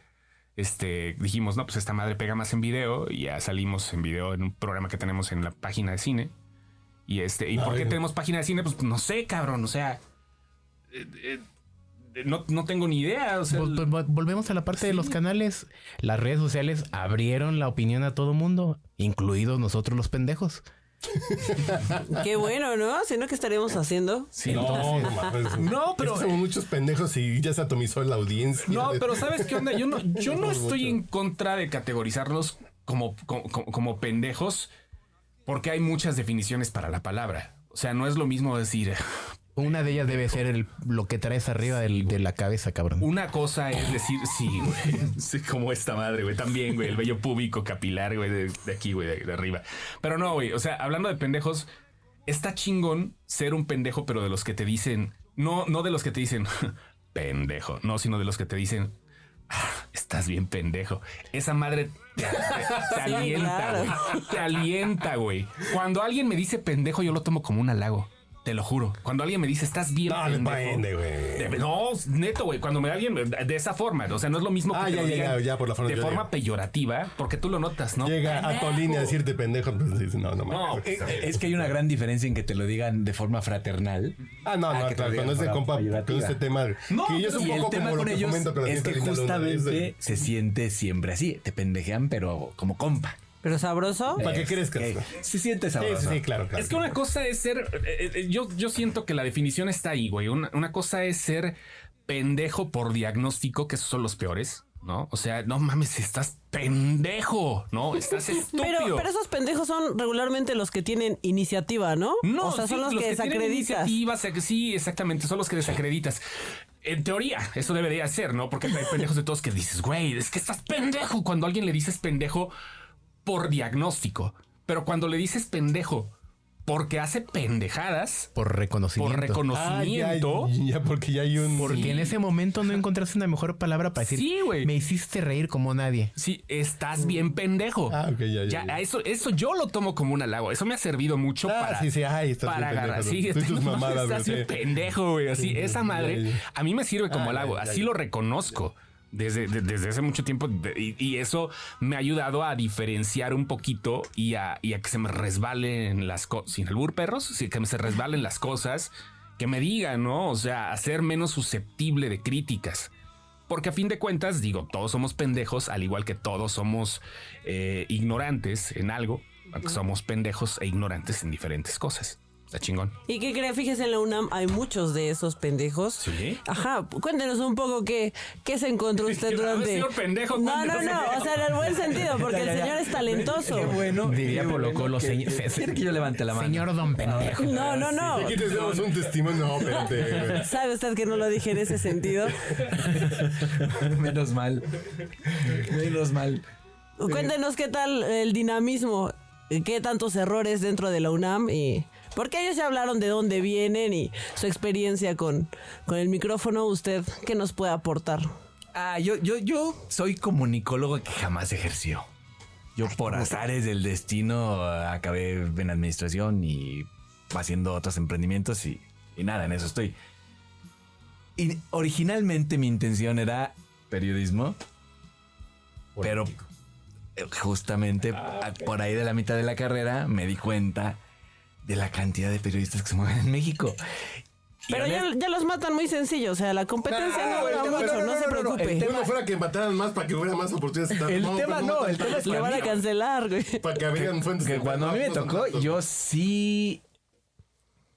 S3: este, dijimos, no, pues esta madre pega más en video y ya salimos en video en un programa que tenemos en la página de cine. Y este, ¿y por qué
S1: Ay.
S3: tenemos página de cine? Pues no sé, cabrón. O sea, eh, eh, eh, no, no tengo ni idea. O sea,
S1: Pues,
S2: Vol- vol- volvemos a la parte de los canales. Las redes sociales abrieron la opinión a todo mundo, incluidos nosotros los pendejos.
S6: Qué bueno, ¿no? Si no, ¿qué estaríamos haciendo?
S3: sí,
S1: No, no, mames.
S3: No, pero-
S1: Es que somos muchos pendejos y ya se atomizó la audiencia.
S3: No, pero ¿sabes qué onda? Yo no, yo no estoy en contra de categorizarlos como, como, como- como pendejos, porque hay muchas definiciones para la palabra. O sea, no es lo mismo decir
S2: Una de ellas debe ser el- lo que traes arriba del- de la cabeza, cabrón.
S3: Una cosa es decir, sí, güey, sí, como esta madre, güey, también, güey, el vello púbico, capilar, güey, de, de aquí, güey, de, de arriba. Pero no, güey, o sea, hablando de pendejos, está chingón ser un pendejo, pero de los que te dicen, no, no de los que te dicen, pendejo, no, sino de los que te dicen, "Ah, estás bien pendejo. Esa madre te, te- te alienta,
S6: claro.
S3: güey, te alienta, güey. Cuando alguien me dice pendejo, yo lo tomo como un halago. Te lo juro. Cuando alguien me dice, estás bien
S1: No,
S3: pendejo.
S1: depende, güey.
S3: De- Eh, No, neto, güey. Cuando me da alguien de esa forma, o sea, no es lo mismo que
S1: Ah,
S3: te
S1: ya,
S3: lo
S1: ya,
S3: digan
S1: ya, ya, por la forma
S3: de
S1: que yo
S3: forma
S1: digo.
S3: peyorativa, porque tú lo notas, ¿no?
S1: Llega a Tolini a decirte pendejo. pues, dices, no,
S3: No,
S1: no, mames.
S5: Eh, eh, Es que hay una gran diferencia en que te lo digan de forma fraternal.
S1: Ah, no,
S5: Ah,
S1: no,
S5: que te
S1: claro, cuando
S5: lo digan
S1: es de
S5: para
S1: compa, con
S5: peyorativa.
S1: este tema.
S5: No,
S3: pues,
S1: que yo es un
S5: y el
S1: poco
S5: tema
S1: como lo
S5: con
S1: que
S5: ellos
S1: comento con la
S5: es
S1: señorita
S5: que
S1: Linda Luna, es de-
S5: justamente se siente siempre así. Te pendejean, pero como compa.
S6: Pero sabroso.
S3: Eh,
S1: Para que
S5: Es
S1: crezcas.
S5: Se siente
S1: Sí,
S5: sabroso.
S1: sí, sí, claro, claro.
S3: Es que una cosa es ser. eh, eh, yo, yo siento que la definición está ahí, güey. Una, una cosa es ser pendejo por diagnóstico, que esos son los peores, ¿no? O sea, no mames, estás pendejo, ¿no? Estás estúpido.
S6: Pero, pero esos pendejos son regularmente los que tienen iniciativa, ¿no?
S3: No,
S6: o sea,
S3: sí,
S6: son los, que
S3: tienen
S6: desacreditas.
S3: iniciativa, sac- sí, exactamente, son los que desacreditas. En teoría, eso debería ser, ¿no? Porque hay pendejos de todos que dices, güey, es que estás pendejo. Cuando a alguien le dices pendejo por diagnóstico, pero cuando le dices pendejo porque hace pendejadas,
S2: Por reconocimiento.
S3: por reconocimiento,
S1: Ah, ya, ya, porque ya hay un.
S2: Porque en ese momento no encontraste una mejor palabra para decir,
S3: Sí, güey.
S2: me hiciste reír como nadie.
S3: sí, estás bien pendejo.
S1: Ah, ok, ya, ya,
S3: Ya,
S1: ya.
S3: a eso, eso yo lo tomo como un halago. Eso me ha servido mucho
S1: Ah,
S3: para.
S1: sí, sí, ay, estás
S3: para
S1: bien
S3: agarrar.
S1: pendejo,
S3: Sí,
S1: tú y tus
S3: no mames,
S1: mamadas,
S3: estás
S1: güey,
S3: bien
S1: sí.
S3: pendejo, güey. Así,
S1: Sí,
S3: esa
S1: sí,
S3: madre
S1: ya, ya.
S3: a mí me sirve como
S1: Ah,
S3: halago.
S1: ya, ya,
S3: Así
S1: ya.
S3: lo reconozco. Desde, de- desde hace mucho tiempo de- y, y eso me ha ayudado a diferenciar un poquito y a, y a que se me resbalen las cosas, sin albur perros, sí, que me se resbalen las cosas, que me digan, ¿no? O sea, a ser menos susceptible de críticas. Porque a fin de cuentas, digo, todos somos pendejos, al igual que todos somos eh, ignorantes en algo, aunque somos pendejos e ignorantes en diferentes cosas. Está chingón.
S6: ¿Y qué cree? Fíjese, en la UNAM hay muchos de esos pendejos.
S3: Sí.
S6: Ajá, cuéntenos un poco qué, qué se encontró usted
S3: Yo, a ver,
S6: durante...
S3: señor pendejo,
S6: no, no,
S3: cuéntenos.
S6: no, o sea, en el buen sentido, porque el
S5: Ya, ya, ya.
S6: señor es talentoso.
S5: Qué bueno.
S2: Diría
S5: qué
S2: Polo
S5: bueno
S2: Colo,
S5: que-
S2: señor-
S5: que- Quiere que yo levante la mano.
S2: Señor don pendejo.
S6: No, no, no.
S1: Aquí te damos un testimonio. No, espérate, güey.
S6: ¿Sabe usted que no lo dije en ese sentido?
S5: Menos mal. Menos mal.
S6: Cuéntenos qué tal el dinamismo, eh, qué tantos errores dentro de la UNAM y porque ellos ya hablaron de dónde vienen y su experiencia con, con el micrófono, usted qué nos puede aportar.
S5: Ah, yo, yo, yo soy comunicólogo que jamás ejerció. Yo por azares del destino eh, acabé en administración y haciendo otros emprendimientos y, y nada, en eso estoy. Y originalmente mi intención era periodismo, pero eh, justamente a- por ahí de la mitad de la carrera me di cuenta de la cantidad de periodistas que se mueven en México. Y
S6: Pero
S5: honest-
S6: ya, ya los matan muy sencillo, o sea, la competencia no dura mucho, no se
S1: El
S6: preocupe.
S1: tema fuera que mataran más para que hubiera más oportunidades.
S5: El tema no, el tema es
S6: Lo van a cancelar, güey.
S1: Para que habrían fuentes.
S5: que
S1: de-
S5: cuando a mí me
S1: no,
S5: tocó,
S1: no, no,
S5: yo sí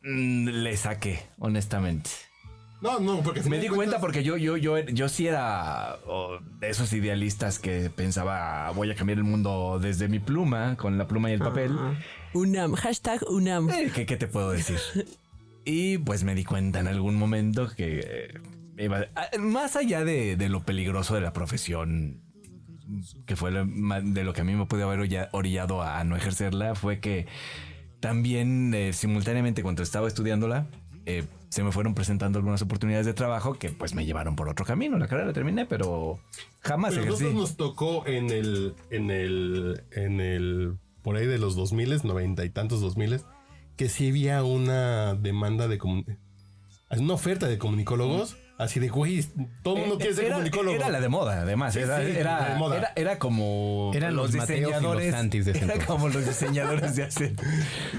S5: mm, le saqué, honestamente.
S1: No, no, porque si
S5: Me di cuenta
S1: cuentas-
S5: porque yo, yo, yo, yo sí era oh, de esos idealistas que pensaba voy a cambiar el mundo desde mi pluma, con la pluma y el papel.
S6: UNAM, hashtag UNAM.
S5: Eh, ¿Qué, qué te puedo decir? Y pues me di cuenta en algún momento que eh, iba- ah, más allá de, de lo peligroso de la profesión, que fue lo ma- de lo que a mí me pude haber olla- orillado a no ejercerla, fue que también eh, simultáneamente cuando estaba estudiándola, eh, se me fueron presentando algunas oportunidades de trabajo que pues me llevaron por otro camino. La carrera la terminé, pero jamás
S1: Pero
S5: ejercí.
S1: nosotros nos tocó en el, en el, en el, por ahí de los 2000, noventa y tantos 2000, que sí había una demanda de, comun- una oferta de comunicólogos, así de, güey, todo el mundo quiere ser
S5: Eh, era,
S1: comunicólogo.
S5: era la de moda, además.
S1: Sí,
S5: Era,
S1: sí,
S5: era-
S1: la de moda.
S5: era- era como
S2: Eran los Mateos y los Santis de ese
S5: era
S2: entonces.
S5: como los diseñadores de hace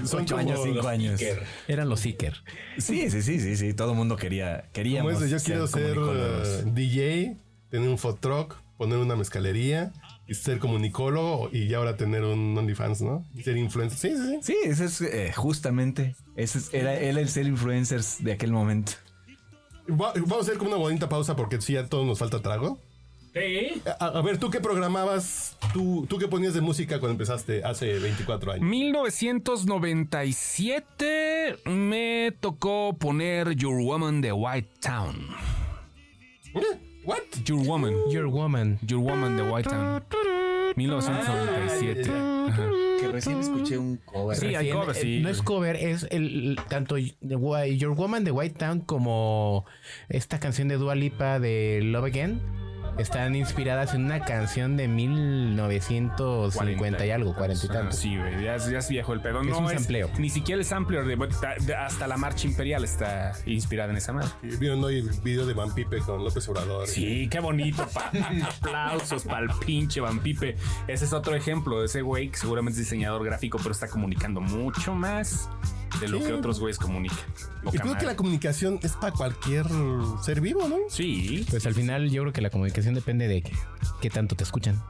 S1: Son
S5: 8
S1: como
S5: años, 5
S1: los
S5: años.
S1: Iker.
S2: Eran los Iker.
S5: Sí, sí, sí, sí, sí. Todo el mundo quería,
S1: Como
S5: queríamos
S1: es de, yo quiero ser
S5: comunicólogos.
S1: eh, DJ, tener un food truck, poner una mezcalería, y ser comunicólogo y ya ahora tener un OnlyFans, ¿no? Y ser influencer. Sí, sí, sí.
S5: Sí, ese es eh, justamente. Ese es- era, era el ser influencers de aquel momento.
S1: Va- vamos a hacer como una bonita pausa porque sí, ya todos nos falta trago.
S8: Sí.
S1: A, a ver, ¿tú qué programabas? ¿Tú, ¿Tú qué ponías de música cuando empezaste hace 24 años?
S3: 1997 me tocó poner Your Woman de White Town.
S1: ¿Eh? ¿What?
S3: Your Woman.
S2: Your Woman.
S3: Your Woman de White Town. 1997. Ajá.
S5: Que recién escuché un cover.
S3: Sí, hay
S2: Recién,
S3: cover,
S2: eh,
S3: sí.
S2: No es cover, es el tanto The Why- Your Woman de White Town como esta canción de Dua Lipa de Love Again están inspiradas en una canción de 1950 y algo, 40 y
S3: Ajá,
S2: tanto.
S3: Ah, Sí, güey, ya, es- ya es viejo el pedo.
S2: Es
S3: no
S2: un sampleo.
S3: Ni siquiera el sampler de, de- hasta la marcha imperial está inspirada en esa madre.
S1: Vieron hoy el video de Van Pipe con López Obrador.
S3: Sí, qué bonito. pa- Aplausos para el pinche Van Pipe. Ese es otro ejemplo de ese güey que seguramente es diseñador gráfico, pero está comunicando mucho más de lo
S1: Sí.
S3: que otros güeyes comunican.
S1: Y
S3: Poca
S1: creo que
S3: madre.
S1: la comunicación es para cualquier ser vivo, ¿no?
S3: Sí,
S2: Pues al final yo creo que la comunicación depende de qué, qué tanto te escuchan.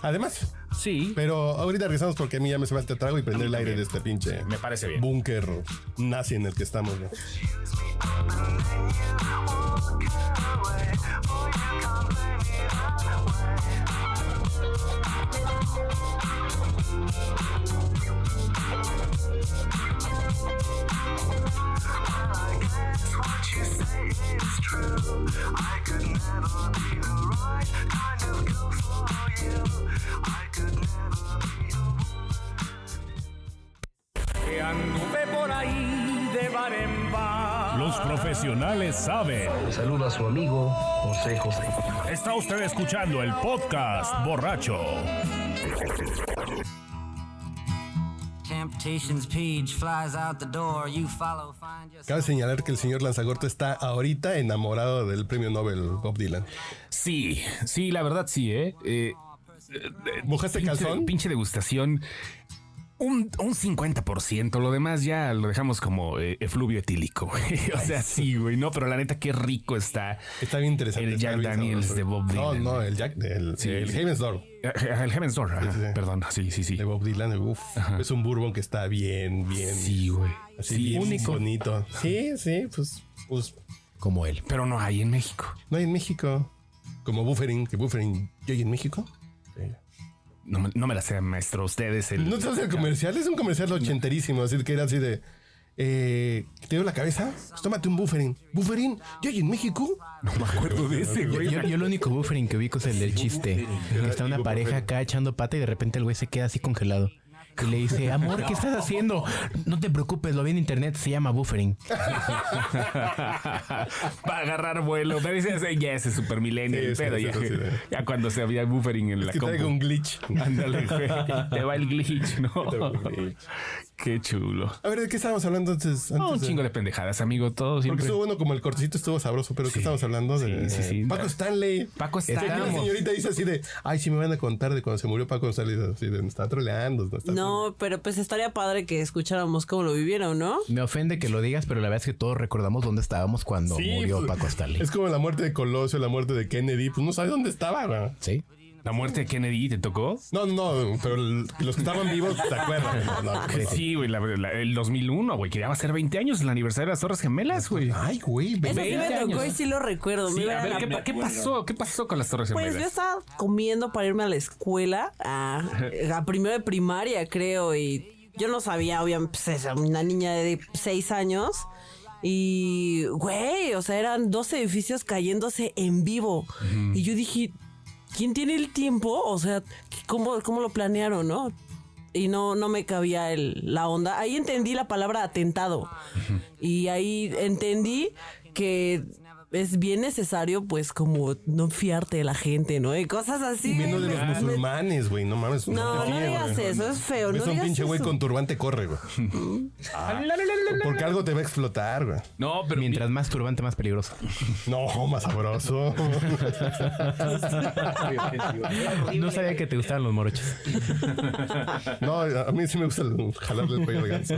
S1: Además,
S3: sí.
S1: pero ahorita regresamos porque a mí ya me se va el trago y prender el aire de este pinche
S3: Me parece bien.
S1: búnker nazi en el que estamos. ¿no?
S9: Los profesionales saben.
S10: Saluda a su amigo José José.
S9: Está usted escuchando el podcast borracho.
S4: Temptation's page flies out the door. You follow, find yourself.
S1: Cabe señalar que el señor Lanzagorta está ahorita enamorado del premio Nobel Bob Dylan.
S3: Sí, sí, la verdad sí, ¿eh? Eh,
S1: ¿Mojaste
S3: pinche,
S1: Este calzón?
S3: Pinche degustación. Un, un 50%, lo demás ya lo dejamos como eh, efluvio etílico. güey. O sea, sí, güey, no, pero la neta, qué rico está.
S1: Está bien interesante.
S3: El
S1: está
S3: Jack
S1: bien
S3: Daniels
S1: sabroso.
S3: de Bob Dylan.
S1: No, no, el Jack, el,
S3: Sí,
S1: el
S3: sí.
S1: Heaven's Door
S3: Eh, El Heaven's Door, ajá,
S1: Sí, sí, sí.
S3: perdón, sí, sí, sí.
S1: de Bob Dylan. Uf, es un bourbon que está bien, bien.
S3: Sí, güey.
S1: así
S3: Sí,
S1: bien
S3: único.
S1: bonito. Sí, sí, pues, pues
S2: Como él.
S3: Pero no hay en México.
S1: no hay en México. Como buffering, que buffering, ¿yo hay en México?
S3: No me, no me la sean, maestro. Ustedes el.
S1: No te hace el comercial, es un comercial ochenterísimo, así que era así de. eh, ¿Te dio la cabeza? Pues tómate un buffering. ¿Buffering? ¿Yo hay en México?
S3: me acuerdo de ese, güey.
S2: Yo, yo lo único buffering que ubico es el del chiste. Está una pareja acá echando pata y de repente el güey se queda así congelado. Y le dice, amor, ¿qué estás haciendo? No te preocupes, lo vi en internet, se llama buffering.
S3: Va a agarrar vuelo. Pero ese, ese ya ese super milenio.
S1: Sí,
S3: el
S1: sí,
S3: pedo,
S1: sí,
S3: ya,
S1: sí, sí.
S3: ya cuando se había buffering en la
S1: Que traigo
S3: compu.
S1: un glitch.
S3: Ándale, güey. Te va el glitch, ¿no? Qué chulo.
S1: A ver, ¿de qué estábamos hablando entonces?
S3: No, un
S1: Antes de-
S3: chingo de pendejadas, amigo. Todo
S1: Porque
S3: siempre.
S1: estuvo bueno como el cortecito estuvo sabroso, pero ¿qué estábamos hablando? De,
S3: sí, sí.
S1: Paco Stanley.
S3: Paco
S1: Que aquí La
S3: Stanley.
S1: señorita dice así de, ay, si me van a contar de cuando se murió Paco Stanley. Así de, "Me está troleando. me está troleando".
S6: No, pero pues estaría padre que escucháramos cómo lo vivieron, ¿no?
S2: Me ofende que lo digas, pero la verdad es que todos recordamos dónde estábamos cuando
S1: Sí,
S2: murió
S1: pues,
S2: Paco Stanley.
S1: Es como la muerte de Colosio, la muerte de Kennedy. Pues no sabes dónde estaba. ¿no?
S2: Sí.
S3: La muerte de Kennedy, ¿te tocó?
S1: No, no, pero el- los que estaban vivos, ¿te acuerdas? No, no, no.
S3: Pues Sí, güey, la- la- el 2001, güey, que ya va a ser 20 años el aniversario de las Torres Gemelas, güey.
S1: Ay, güey. ve-
S6: Eso sí
S3: 20
S6: me tocó y
S3: años.
S6: sí lo recuerdo. me
S3: Sí,
S6: iba
S3: a
S6: a
S3: ver,
S6: la-
S3: ¿qué, pa- qué pasó? ¿Qué pasó con las Torres
S6: Pues yo
S3: Gemelas?
S6: estaba comiendo para irme a la escuela, a, a primero de primaria, creo, y yo no sabía, obviamente, pues, era una niña de seis años. Y, güey, o sea, eran dos edificios cayéndose en vivo. Y yo dije, ¿quién tiene el tiempo? O sea, ¿cómo, cómo lo planearon, no? Y no, no me cabía el- la onda. Ahí entendí la palabra atentado. Y ahí entendí que es bien necesario, pues, como no fiarte de la gente, ¿no? Y cosas así.
S1: Menos de los
S6: Me-
S1: musulmanes, güey. No mames.
S6: No,
S1: te
S6: no
S1: fíes,
S6: digas
S1: güey.
S6: eso, es feo.
S1: Ves
S6: No
S1: a un
S6: digas
S1: pinche güey
S6: eso.
S1: con turbante corre, güey. Ah, Porque algo te va a explotar, güey.
S3: No, pero
S2: Mientras más turbante, más peligroso.
S1: No, más sabroso.
S2: No sabía que te gustaban los morochos.
S1: No, a mí sí me gusta el- jalarle el cuello al ganso.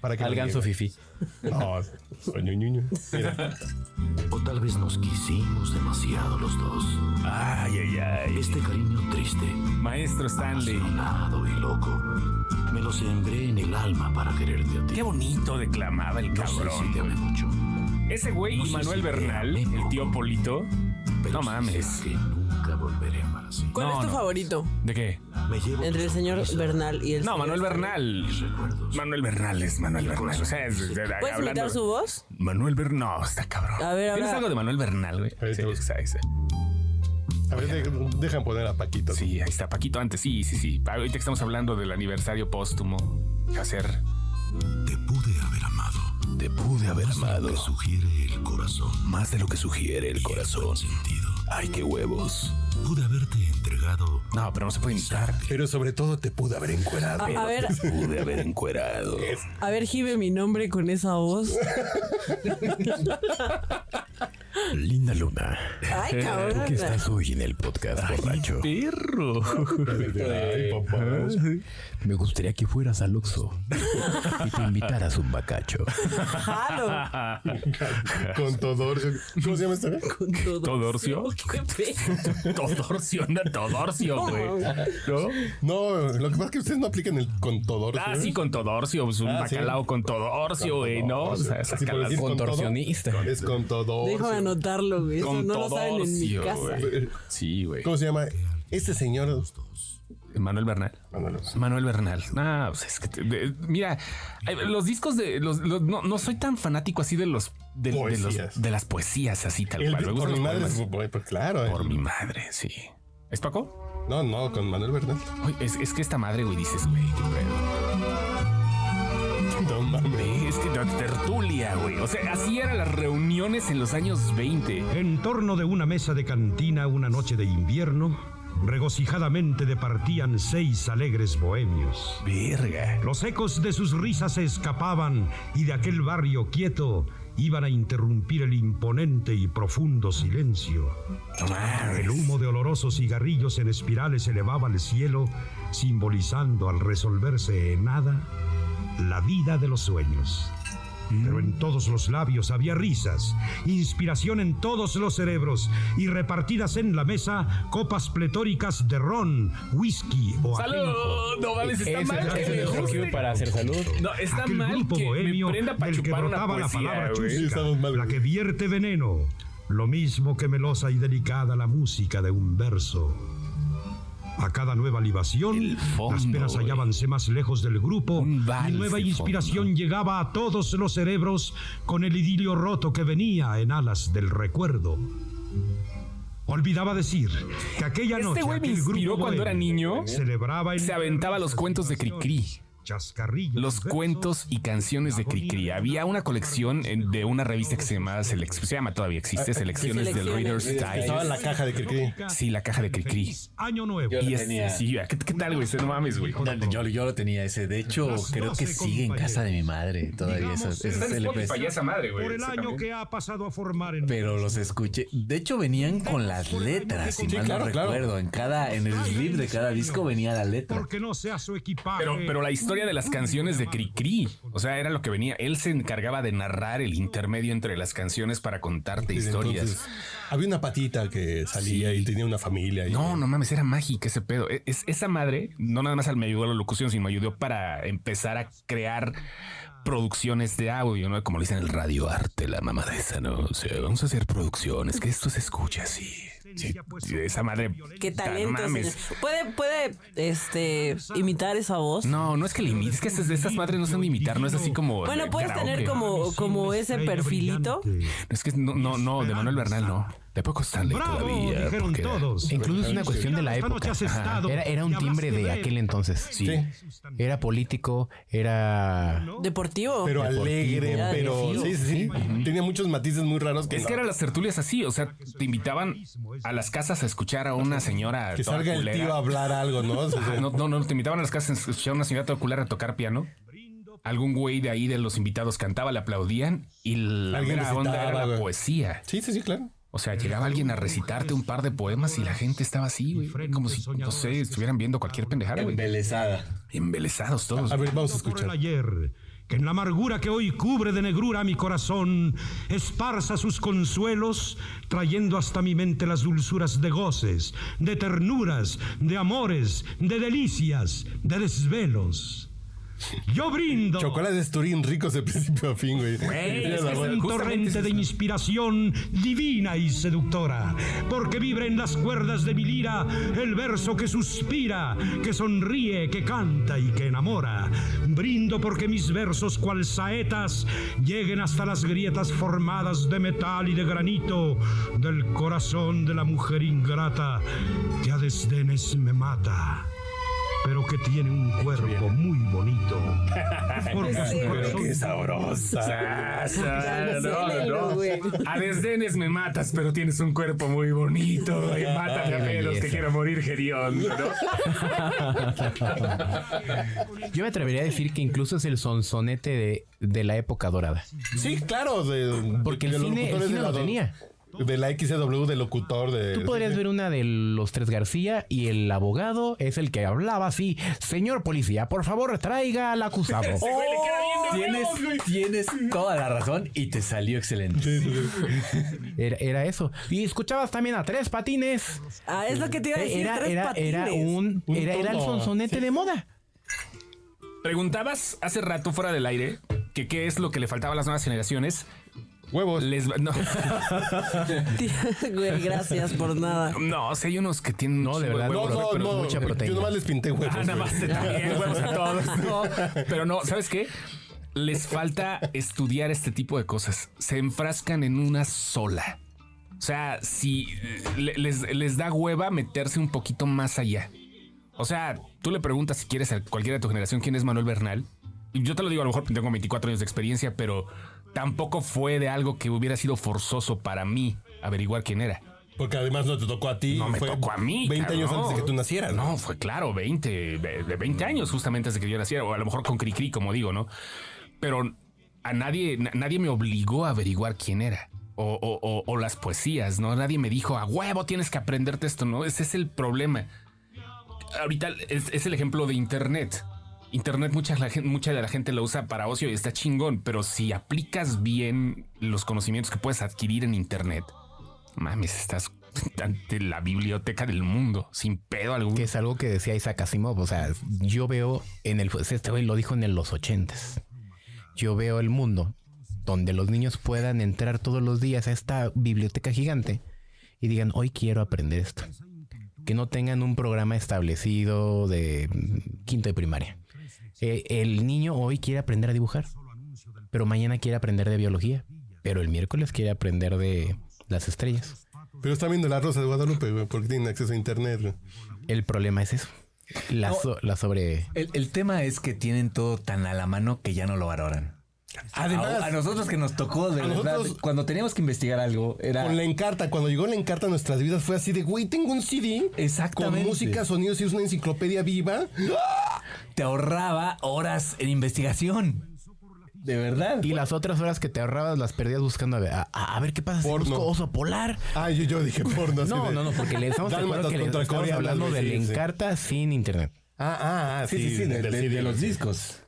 S1: Para que
S2: Al
S1: lo
S2: ganso
S1: niegue.
S2: fifi.
S1: No, soy ñoño. Mira,
S10: O tal vez nos quisimos demasiado los dos.
S3: Ay, ay, ay.
S10: Este cariño triste,
S3: Maestro Stanley.
S10: apasionado y loco, me lo sembré en el alma para quererte a ti.
S3: Qué bonito declamaba el
S10: No sé si
S3: cabrón.
S10: te amé mucho,
S3: Ese güey
S10: No
S3: y
S10: sé
S3: Manuel
S10: si te
S3: Bernal,
S10: amé
S3: el tío
S10: poco.
S3: Polito.
S10: pero
S3: No
S10: sí
S3: mames.
S10: sé que nunca volveré para sí.
S6: ¿Cuál
S3: No,
S6: es tu
S3: no.
S6: favorito?
S3: ¿De qué?
S10: Me llevo
S6: Entre el
S10: tus
S6: señor
S10: sonrisas,
S6: Bernal y el
S3: No,
S6: señor este?
S3: Manuel
S6: Esteban.
S3: Bernal.
S10: recuerdos.
S3: Manuel Bernal es Manuel Bernal. pues, O sea, es- es- es-
S6: ¿Puedes
S3: hablando-
S6: imitar su voz?
S3: Manuel Bernal. No, está cabrón.
S6: A ver,
S3: ¿Tienes
S6: ahora-
S3: algo de Manuel Bernal, güey?
S1: Ahí
S3: Sí,
S1: te busco.
S3: sí, sí.
S1: A ver, de- dejan poner a Paquito.
S3: Sí, ahí está Paquito antes. Sí, sí, sí. Ahorita que estamos hablando del aniversario póstumo. Hacer.
S10: Te pude haber amado.
S9: Te pude haber amado
S10: Te sugiere el corazón.
S9: más de lo que sugiere el corazón.
S10: Sentido.
S9: Ay, qué huevos.
S10: Pude haberte entregado.
S3: No, pero no se puede imitar.
S1: Pero sobre todo te pude haber encuerado.
S6: A, a ver,
S9: Te pude haber encuerado.
S6: a ver, gibe mi nombre con esa voz.
S9: Linda luna.
S6: Ay, cabrón.
S9: ¿Qué estás hoy en el podcast, borracho?
S3: Perro.
S1: Ay, papá.
S9: Me gustaría que fueras al Oxxo y te invitaras un bacacho.
S6: Jalo
S1: Con Todor. ¿Cómo se llama este?
S6: con todo.
S3: ¿Todorcio?
S6: Qué pe-
S3: Todorcio, anda Todorcio, güey. ¿No?
S1: No, lo que pasa es que ustedes no aplican el con Todor.
S3: Ah,
S1: pues ¿sí?
S3: sí, con Todorcio. pues, un
S1: Ah, sí.
S3: bacalao con Todorcio, güey, ¿no? O sea, esas
S1: Sí, por
S3: caladas.
S1: decir con todo,
S2: Contorsionista.
S1: Es con
S6: Déjame
S1: Todor.
S6: anotarlo, güey. Eso
S3: Con
S6: no lo saben en mi
S3: Todorcio,
S6: casa.
S3: güey. Sí, güey.
S1: ¿Cómo se llama? Este señor.
S3: Manuel Bernal.
S1: Manolo.
S3: Manuel Bernal. Ah, pues es que te- de- mira, eh, los discos de los, los- no, no soy tan fanático así de los de, de los-
S1: Poesías.
S3: de las poesías así tal
S1: El-
S3: cual. Me
S1: por
S3: gustan
S1: mi
S3: los
S1: madre.
S3: poemas.
S1: fue- pues, claro. eh.
S3: por mi madre, sí. ¿Es Paco?
S1: No, no, con Manuel Bernal.
S3: Ay, es, es que esta madre, güey, dices, güey, qué pedo.
S1: No mames.
S3: Güey, Es que la tertulia, güey. O sea, así eran las reuniones en los años 20.
S8: En torno de una mesa de cantina una noche de invierno, regocijadamente departían seis alegres bohemios.
S3: Verga.
S8: Los ecos de sus risas se escapaban y de aquel barrio quieto iban a interrumpir el imponente y profundo silencio.
S3: No mames.
S8: El humo de olorosos cigarrillos en espirales se elevaba al cielo, simbolizando al resolverse en nada la vida de los sueños. Pero en todos los labios había risas, inspiración en todos los cerebros y repartidas en la mesa copas pletóricas de ron, whisky o ajenjo.
S3: Salud. No mames, está
S2: Ese-
S3: mal que
S2: ese
S3: me
S2: es el
S3: guste.
S2: objetivo para hacer salud.
S3: No, está
S8: Aquel
S3: mal
S8: grupo
S3: que me
S8: bohemio
S3: prenda para
S8: del que
S3: chupar una
S8: brotaba la
S3: poesía,
S8: palabra
S3: güey.
S8: chusca,
S1: Estamos mal,
S8: la
S1: güey.
S8: que vierte veneno, lo mismo que melosa y delicada la música de un verso. A cada nueva libación,
S3: fondo,
S8: las penas
S3: güey.
S8: hallábanse más lejos del grupo
S3: Un
S8: y
S3: vals
S8: nueva
S3: de
S8: inspiración
S3: fondo.
S8: llegaba a todos los cerebros con el idilio roto que venía en alas del recuerdo. Olvidaba decir que aquella
S3: Este
S8: noche
S3: güey me
S8: aquel grupo
S3: inspiró cuando era
S8: bohemio
S3: niño.
S8: celebraba en
S3: Se aventaba los cuentos de Cricri.
S8: Chascarrillos,
S3: Los
S8: versos,
S3: cuentos y canciones de Cricri. Había una colección en- de una revista que se llamaba Selec- se llama todavía existe Selecciones del Reader's
S1: Estaba en
S3: Digest.
S1: la caja de Cricri.
S3: Sí, la caja de Cricri.
S8: Feliz Año nuevo.
S5: Yo
S3: Y
S5: la
S3: es-
S5: tenía.
S3: sí, ah, ¿qué, qué tal, güey? No mames, güey.
S5: Yo, yo lo tenía ese. De hecho,
S8: Las
S5: creo que
S8: doce
S5: sigue en casa de mi madre todavía
S8: Digamos,
S5: esos,
S8: está
S5: esos
S8: en
S5: LPs.
S8: Spotify,
S3: esa madre,
S8: Por el
S3: ese
S8: año
S3: también.
S8: que ha pasado a formar en
S5: Pero los escuché. De hecho, venían con las letras, si
S1: Sí,
S5: mal
S1: claro,
S5: no
S1: claro.
S5: recuerdo. En cada, en el slip de cada disco venía la letra.
S8: porque no sea su equipaje.
S3: Pero, pero la historia de las canciones de Cricri, o sea, era lo que venía. Él se encargaba de narrar el intermedio entre las canciones para contarte
S1: Desde
S3: historias.
S1: entonces, había una patita que salía y tenía una familia. y-
S3: No, no mames, era mágica ese pedo. E- es- esa madre, no nada más me ayudó a la locución, sino me ayudó para empezar a crear producciones de audio, ¿no? Como le dicen en el radio arte, la mamá de esa, ¿no? O sea, vamos a hacer producciones, que esto se escuche así. Sí, sí, esa madre.
S6: Qué
S3: tan
S6: talento,
S3: mames.
S6: señor. Puede, puede, este, imitar esa voz.
S3: No, no es que le imites, es que esas de esas madres no son de imitar, no es así como.
S6: Bueno,
S3: de
S6: puedes
S3: karaoke.
S6: tener como, como ese perfilito.
S3: Es que no, no, no, de Manuel Bernal no. De poco Stanley
S8: Bravo,
S3: todavía.
S8: dijeron
S3: porque era-
S8: todos.
S2: Incluso es una cuestión de la
S8: Esta noche
S2: época.
S8: has
S2: Ajá.
S8: estado
S2: Era, era un
S8: y
S2: timbre
S8: hablaste
S2: de
S8: de él.
S2: aquel entonces.
S1: Sí.
S2: Era político, era...
S6: Deportivo.
S1: Pero
S2: Deportivo,
S1: alegre,
S2: ya,
S1: pero
S2: definido.
S1: sí, sí, sí. Tenía muchos matices muy raros.
S3: Es que
S1: no-
S3: eran las tertulias así, o sea, te invitaban a las casas a escuchar a una señora
S1: que
S3: toda
S1: salga el
S3: culera.
S1: tío a hablar algo, ¿no? O sea,
S3: Ajá, No, no, no, te invitaban a las casas a escuchar a una señora toda culera a tocar piano. Algún güey de ahí de los invitados cantaba, le aplaudían y la
S1: Alguien
S3: mera onda
S1: recitaba,
S3: era la
S1: güey.
S3: poesía.
S1: Sí, sí, sí, claro.
S3: O sea, llegaba alguien a recitarte un par de poemas y la gente estaba así, güey, como si, no sé, estuvieran viendo cualquier pendejada, güey.
S5: Embelesada.
S3: Embelezados todos.
S1: A ver, vamos a
S8: por el
S1: escuchar.
S8: ayer, que en la amargura que hoy cubre de negrura mi corazón, esparza sus consuelos, trayendo hasta mi mente las dulzuras de goces, de ternuras, de amores, de delicias, de desvelos. Yo brindo.
S1: Chocolates Turín ricos de principio a fin, güey.
S8: Es
S3: es
S8: un
S3: justamente
S8: torrente
S3: es
S8: de
S3: eso.
S8: inspiración divina y seductora, porque vibra en las cuerdas de mi lira el verso que suspira, que sonríe, que canta y que enamora. Brindo porque mis versos, cual saetas, lleguen hasta las grietas formadas de metal y de granito del corazón de la mujer ingrata que a desdenes me mata. Pero que tiene un cuerpo muy bonito. Porque su corazón
S1: sabrosa.
S6: Cancélelo, güey.
S3: A desdenes me matas, pero tienes un cuerpo muy bonito. güey. Mátame a pelos, que quiero morir, Gerión.
S2: Yo me atrevería a decir que incluso es el sonsonete de, de la época dorada.
S1: Sí, claro. de-
S2: Porque el
S1: de los
S2: cine- el
S1: locutores
S2: cine
S1: de la
S2: lo
S1: do-
S2: tenía.
S1: De la XW, del locutor de.
S2: Tú podrías ver una de los tres García y el abogado es el que hablaba así. Señor policía, por favor, traiga al acusado.
S5: Tienes, tienes toda la razón y te salió excelente.
S2: Era, era eso. Y escuchabas también a tres patines.
S6: Ah, es lo que te iba a decir.
S2: Era,
S6: tres
S2: era,
S6: patines.
S2: era un,
S1: Un
S2: era, era el
S1: tono,
S2: sonsonete de moda.
S3: Preguntabas hace rato fuera del aire que qué es lo que le faltaba a las nuevas generaciones.
S1: Huevos.
S3: Les va- no,
S6: Güey, gracias por nada.
S3: no, si hay unos que tienen
S2: No, de
S3: un
S2: verdad,
S3: chingo
S1: No,
S3: huevos,
S1: no,
S3: pero-
S1: no.
S2: mucha
S1: Yo
S2: proteína.
S1: nomás les pinté huevos.
S3: Ah, nada
S1: güey.
S3: más también, huevos a todos. No, pero no, ¿sabes qué? Les falta estudiar este tipo de cosas. Se enfrascan en una sola. O sea, si eh, le- les, les da hueva meterse un poquito más allá. O sea, tú le preguntas si quieres a cualquiera de tu generación quién es Manuel Bernal. Y Yo te lo digo, a lo mejor tengo 24 años de experiencia, pero tampoco fue de algo que hubiera sido forzoso para mí averiguar quién era.
S1: Porque además no te tocó a ti.
S3: No me
S1: fue
S3: tocó a mí.
S1: 20 años
S3: cabrón.
S1: antes de que tú nacieras.
S3: No, fue claro, 20, de de 20 años justamente antes de que yo naciera, o a lo mejor con Cricri, como digo, ¿no? Pero a nadie, na- nadie me obligó a averiguar quién era. O, o- o- o las poesías, ¿no? Nadie me dijo, a huevo tienes que aprenderte esto, ¿no? Ese es el problema. Ahorita es, es el ejemplo de Internet. Internet mucha, la gen- mucha de la gente lo usa para ocio y está chingón, pero si aplicas bien los conocimientos que puedes adquirir en Internet, mames, estás ante la biblioteca del mundo, sin pedo alguno.
S2: Que es algo que decía Isaac Asimov. O sea, yo veo en el. Este güey lo dijo en el- los ochentas. Yo veo el mundo donde los niños puedan entrar todos los días a esta biblioteca gigante y digan, hoy quiero aprender esto. Que no tengan un programa establecido de mm, quinto de primaria. Eh, el niño hoy quiere aprender a dibujar, pero mañana quiere aprender de biología, pero el miércoles quiere aprender de las estrellas.
S1: Pero están viendo la Rosa de Guadalupe, güey, porque tienen acceso a internet. güey.
S2: El problema es eso. La,
S5: No.
S2: so- la sobre...
S5: El, el tema es que tienen todo tan a la mano que ya no lo valoran.
S1: Además,
S5: a, a nosotros que nos tocó, de
S1: a
S5: verdad,
S1: nosotros-
S5: cuando teníamos que investigar algo, era...
S1: con la encarta, cuando llegó la encarta a nuestras vidas fue así de, güey, tengo un CD.
S5: Exactamente.
S1: Con música, sonidos y es una enciclopedia viva.
S5: Te ahorraba horas en investigación. De verdad.
S2: Y las otras horas que te ahorrabas las perdías buscando a ver, a, a ver qué pasa si
S1: Porno.
S2: busco oso polar.
S1: Ah, yo, yo dije porno. así
S2: No,
S1: de-
S2: no, no, porque le estamos, de acuerdo
S1: Dálmatas
S2: que le
S1: contra
S2: estamos
S1: Corea,
S2: hablando
S1: algo
S2: de la
S1: así, sí.
S2: encarta sin internet.
S1: Ah, ah, ah, sí,
S5: de,
S1: del
S5: de-
S1: CD,
S5: de los
S1: güey.
S5: discos.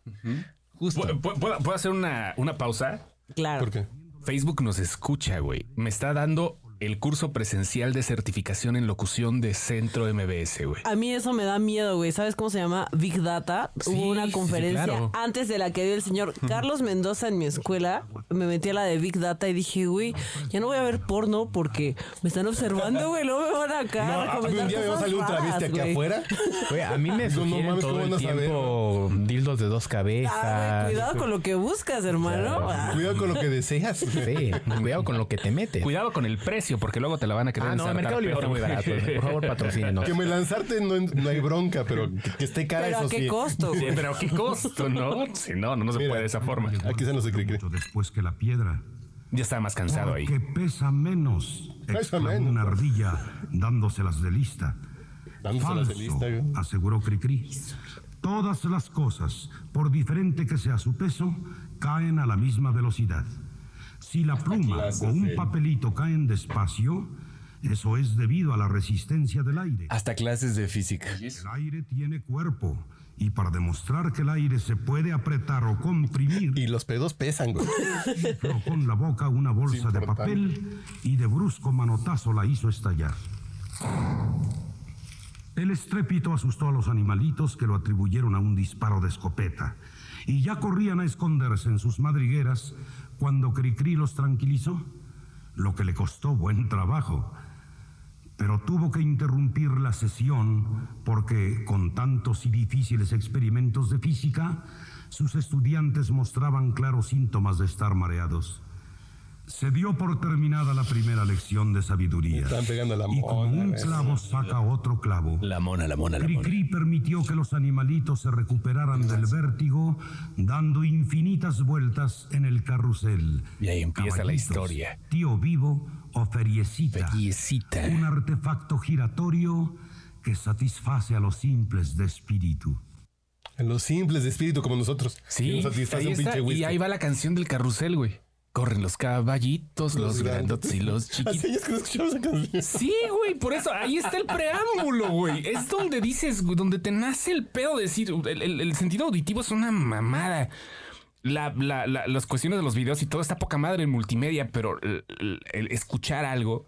S5: Justo.
S3: ¿Puedo, puedo- puedo hacer una, una pausa?
S6: Claro.
S1: ¿Por qué?
S3: Facebook nos escucha, güey. Me está dando el curso presencial de certificación en locución de Centro MBS, güey.
S6: A mí eso me da miedo, güey. ¿Sabes cómo se llama? Big Data.
S3: Sí,
S6: Hubo
S3: sí,
S6: una
S3: sí,
S6: conferencia
S3: claro.
S6: antes de la que dio el señor Carlos Mendoza en mi escuela. Me metí a la de Big Data y dije, güey, ya no voy a ver porno porque me están observando, güey. Luego me van acá.
S1: No,
S6: a
S1: a mí
S6: recomendar
S1: un día me va a
S6: cosas
S1: salir un travesti
S6: raras,
S1: aquí
S6: güey.
S1: afuera.
S2: Oye, a mí me
S1: No, no
S2: sugieren
S1: mames,
S2: todo
S1: ¿cómo
S2: el
S1: van a saber?
S2: tiempo dildos de dos cabezas.
S6: Ah, güey, cuidado con lo que buscas, hermano. Ah,
S1: Cuidado con lo que deseas.
S2: Sí, cuidado con lo que te metes.
S3: Cuidado con el precio, porque luego te la van a querer
S2: Ah, no,
S3: ensartar
S2: Mercado Libre
S3: peor,
S2: está muy
S3: güey.
S2: barato. Por favor, patrocínenos.
S1: Que me lanzarte no, no hay bronca, pero que, que esté cara
S6: Pero a
S1: eso
S6: qué
S1: sí.
S6: costo,
S3: Sí,
S6: güey.
S3: pero qué costo, ¿no? Si no, no, no se
S1: Mira,
S3: puede de esa forma.
S1: Aquí se nos se cree, cree.
S8: mucho después que la piedra.
S3: Ya estaba más cansado ahí.
S8: Porque pesa menos.
S1: Pesa
S8: exclamó
S1: menos.
S8: una ardilla dándoselas de lista.
S1: Dándoselas de lista, güey.
S8: aseguró Cricri. Todas las cosas, por diferente que sea su peso, caen a la misma velocidad. Si la pluma o un papelito caen despacio, eso es debido a la resistencia del aire.
S5: Hasta clases de física.
S8: El aire tiene cuerpo y para demostrar que el aire se puede apretar o comprimir,
S1: Y los pedos pesan, güey.
S8: infló con la boca una bolsa de
S1: importante.
S8: papel y de brusco manotazo la hizo estallar. El estrépito asustó a los animalitos que lo atribuyeron a un disparo de escopeta y ya corrían a esconderse en sus madrigueras cuando Cricri los tranquilizó, lo que le costó buen trabajo. Pero tuvo que interrumpir la sesión porque, con tantos y difíciles experimentos de física, sus estudiantes mostraban claros síntomas de estar mareados. Se dio por terminada la primera lección de sabiduría.
S1: Están pegando la
S8: y como
S1: mona,
S8: un
S1: güey.
S8: clavo saca otro clavo.
S9: La mona, la mona, la mona.
S8: Cricri permitió que los animalitos se recuperaran del vértigo, dando infinitas vueltas en el carrusel.
S3: Y ahí empieza la
S8: Caballitos,
S3: historia.
S8: Tío vivo o feriecita.
S3: Feriecita.
S8: Un artefacto giratorio que satisface a los simples de espíritu.
S1: En los simples de espíritu como nosotros. que
S3: Sí,
S1: nos satisface
S3: ahí
S1: un
S3: está,
S1: pinche whisky.
S3: y ahí va la canción del carrusel, güey. Corren los caballitos, los, grandotes y los
S1: Hace
S3: chiquitos.
S1: años que no escuchamos esa canción.
S3: Sí, güey, por eso ahí está el preámbulo, güey. Es donde dices, güey, donde te nace el pedo de decir, el, el- el sentido auditivo es una mamada. La- la- la- las cuestiones de los videos y todo está poca madre en multimedia, pero el, el- el escuchar algo,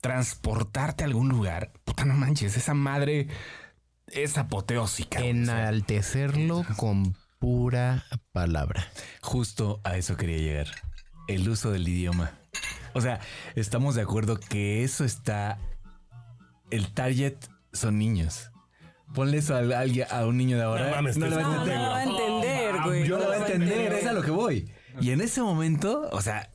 S3: transportarte a algún lugar, puta no manches, esa madre es apoteósica. güey. O sea,
S2: Enaltecerlo con pura palabra.
S5: Justo a eso quería llegar. El uso del idioma. O sea, estamos de acuerdo que eso está. El target son niños. Ponle eso a, alguien, a un niño de ahora.
S1: No mames, te
S5: le va
S6: No, no
S5: a entender.
S6: lo va a entender, güey.
S5: Yo
S6: no
S5: lo voy a entender, es a lo que voy. Y en ese momento, o sea,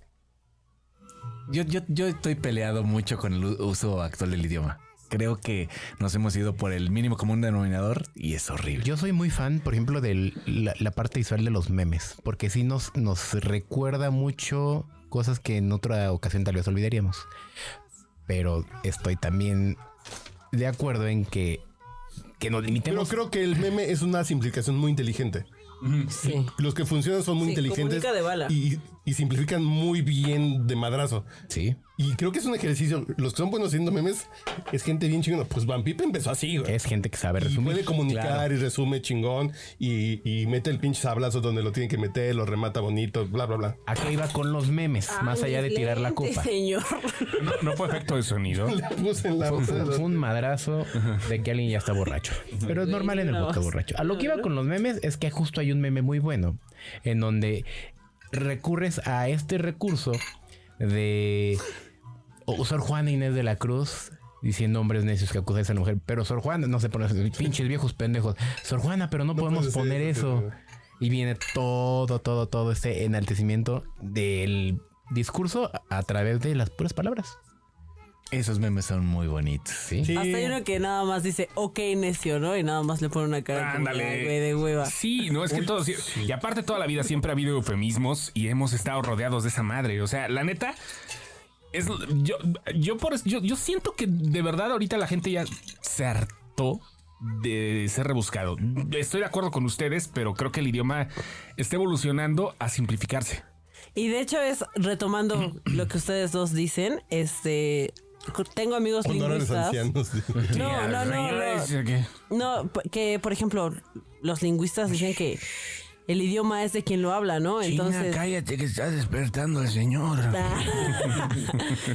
S5: yo, yo, yo estoy peleado mucho con el u- uso actual del idioma. Creo que nos hemos ido por el mínimo común denominador y es horrible.
S2: Yo soy muy fan, por ejemplo, de la, la parte visual de los memes, porque sí nos, nos recuerda mucho cosas que en otra ocasión tal vez olvidaríamos. Pero estoy también de acuerdo en que, que
S1: Pero
S2: nos limitemos.
S1: creo que el meme es una simplificación muy inteligente.
S6: Sí.
S1: Los que funcionan son muy
S6: Sí,
S1: inteligentes
S6: comunica de bala.
S1: Y, y simplifican muy bien de madrazo.
S2: Sí,
S1: Y creo que es un ejercicio. Los que son buenos haciendo memes es gente bien chingona. Pues Van Pipe empezó así,
S3: Eh,
S1: güey.
S2: es gente que sabe
S1: Y puede
S2: resumir.
S1: comunicar y resume chingón y, y mete el pinche sablazo donde lo tiene que meter, lo remata bonito, bla, bla, bla.
S2: ¿A qué iba con los memes?
S6: Ah,
S2: más allá de tirar la copa.
S6: Señor.
S3: no, no fue efecto de sonido.
S1: La puse en la
S2: Fue fue un madrazo de que alguien ya está borracho. Pero es normal en el
S6: no.
S2: boca borracho. A lo que iba con los memes es que justo hay un meme muy bueno en donde recurres a este recurso de o- Sor Juana Inés de la Cruz diciendo hombres necios que acusáis a la mujer. Pero Sor Juana, no se pone pinches viejos pendejos. Sor Juana, pero no, podemos
S1: puede ser
S2: poner
S1: eso,
S2: eso.
S1: pero-
S2: Y viene todo, todo, todo este enaltecimiento del discurso a través de las puras palabras.
S5: Esos memes son muy bonitos.
S2: Sí.
S1: Sí.
S6: Hasta hay uno que nada más dice, ok, necio, ¿no? Y nada más le pone una cara como,
S3: Ándale.
S6: "Ay, güey, de hueva.
S3: Sí, no es que todo. Y aparte, toda la vida siempre ha habido eufemismos y hemos estado rodeados de esa madre. O sea, la neta. Es, yo, yo, por, yo, yo siento que de verdad ahorita la gente ya se hartó de ser rebuscado. Estoy de acuerdo con ustedes, pero creo que el idioma está evolucionando a simplificarse.
S6: Y de hecho es, retomando lo que ustedes dos dicen, este, tengo amigos
S1: Honores
S6: lingüistas.
S1: ancianos.
S6: No, no, no, no. No, p- que por ejemplo, los lingüistas dicen que el idioma es de quien lo habla, ¿no? Entonces.
S5: cállate que estás despertando al señor.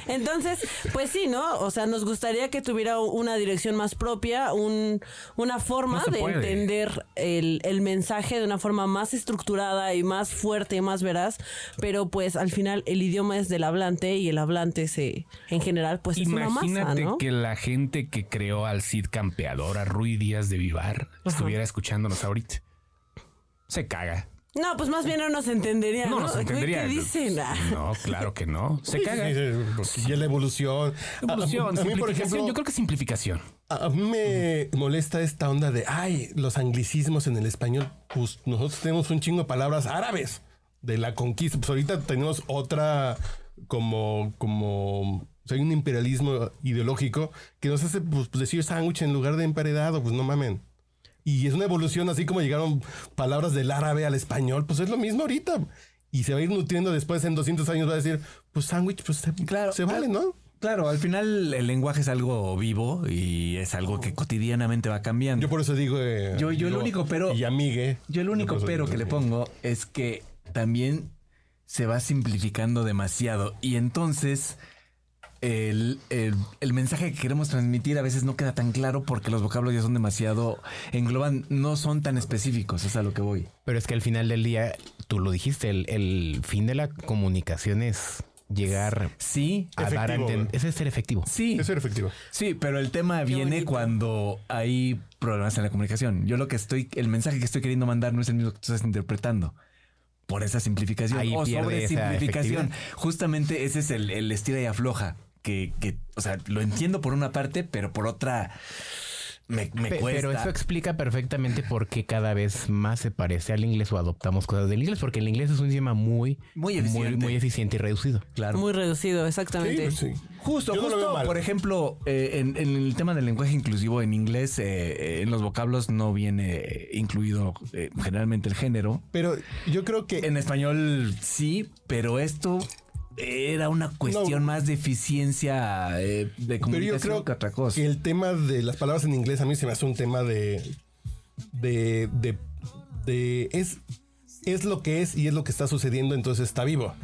S6: Entonces, pues sí, ¿no? O sea, nos gustaría que tuviera una dirección más propia, un, una forma
S3: No se
S6: de
S3: puede.
S6: entender el, el mensaje de una forma más estructurada y más fuerte y más veraz, pero pues al final el idioma es del hablante y el hablante se, en general, pues es una masa,
S3: Imagínate
S6: ¿no?
S3: que la gente que creó al Cid Campeador, a Rui Díaz de Vivar, estuviera escuchándonos ahorita. Se caga.
S6: No, pues más bien no nos entendería, ¿no?
S3: No nos
S6: Güey,
S3: entendería.
S6: ¿Qué dicen? Ah.
S3: No, claro que no. Se
S1: Sí,
S3: caga.
S1: sí, sí, porque ya la evolución. A-
S3: Evolución,
S1: a- a mí, por
S3: simplificación.
S1: ejemplo,
S3: yo creo que simplificación.
S1: A mí me molesta esta onda de, ay, los anglicismos en el español, pues nosotros tenemos un chingo de palabras árabes de la conquista, pues ahorita tenemos otra como, como, o sea, hay un imperialismo ideológico que nos hace pues, decir sándwich en lugar de emparedado, pues no mamen. Y es una evolución, así como llegaron palabras del árabe al español, pues es lo mismo ahorita. Y se va a ir nutriendo después en 200 años, va a decir, pues sándwich, pues se,
S5: Claro.
S1: se vale, ¿no?
S5: Claro, al final el lenguaje es algo vivo y es algo que cotidianamente va cambiando.
S1: Yo por eso digo... eh,
S5: Yo- yo el
S1: digo,
S5: único pero-
S1: Y amigue.
S5: Yo el único
S1: por eso
S5: pero
S1: digo,
S5: que le
S1: sí.
S5: pongo es que también se va simplificando demasiado y entonces el, el- el mensaje que queremos transmitir a veces no queda tan claro porque los vocablos ya son demasiado engloban, no son tan específicos, es a lo que voy.
S2: Pero es que al final del día, tú lo dijiste, el, el fin de la comunicación es llegar
S5: Sí,
S2: a dar a
S1: Efectivo,
S2: entender.
S1: güey.
S2: Ese es ser efectivo.
S5: sí.
S1: Eso era efectivo.
S5: Sí, pero el tema viene
S6: bonito.
S5: cuando hay problemas en la comunicación. Yo lo que estoy, el mensaje que estoy queriendo mandar no es el mismo que tú estás interpretando. Por esa simplificación
S2: Ahí
S5: o
S2: pierde
S5: sobre
S2: esa
S5: simplificación.
S2: efectividad.
S5: Justamente ese es el, el estira y afloja. Que, que, o sea, lo entiendo por una parte, pero por otra me, me
S2: Pe-
S5: cuesta.
S2: Pero eso explica perfectamente por qué cada vez más se parece al inglés o adoptamos cosas del inglés, porque el inglés es un idioma muy,
S5: Muy eficiente.
S2: muy eficiente y reducido.
S5: claro.
S6: Muy reducido,
S5: Ah,
S1: Sí,
S6: exactamente.
S1: pues sí.
S5: Justo,
S1: Yo no lo
S5: justo,
S1: veo mal.
S5: por ejemplo, eh, en, en el tema del lenguaje inclusivo en inglés, eh, eh, en los vocablos no viene eh, incluido eh, generalmente el género,
S1: Pero yo creo que
S5: En español sí, pero esto era una cuestión
S1: No.
S5: más de eficiencia eh, de
S1: Pero yo
S5: comunicación
S1: creo
S5: que otra cosa.
S1: que el tema de las palabras en inglés a mí se me hace un tema de. de. de. de- es, es lo que es y es lo que está sucediendo, entonces está vivo.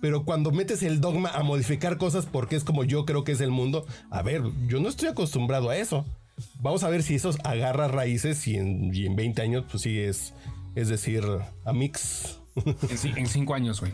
S1: Pero cuando metes el dogma a modificar cosas porque es como yo creo que es el mundo, a ver, yo no estoy acostumbrado a eso. Vamos a ver si eso agarra raíces y en, y en 20 años, pues sí es. Es decir, a mix.
S3: En, ci- en cinco años, güey.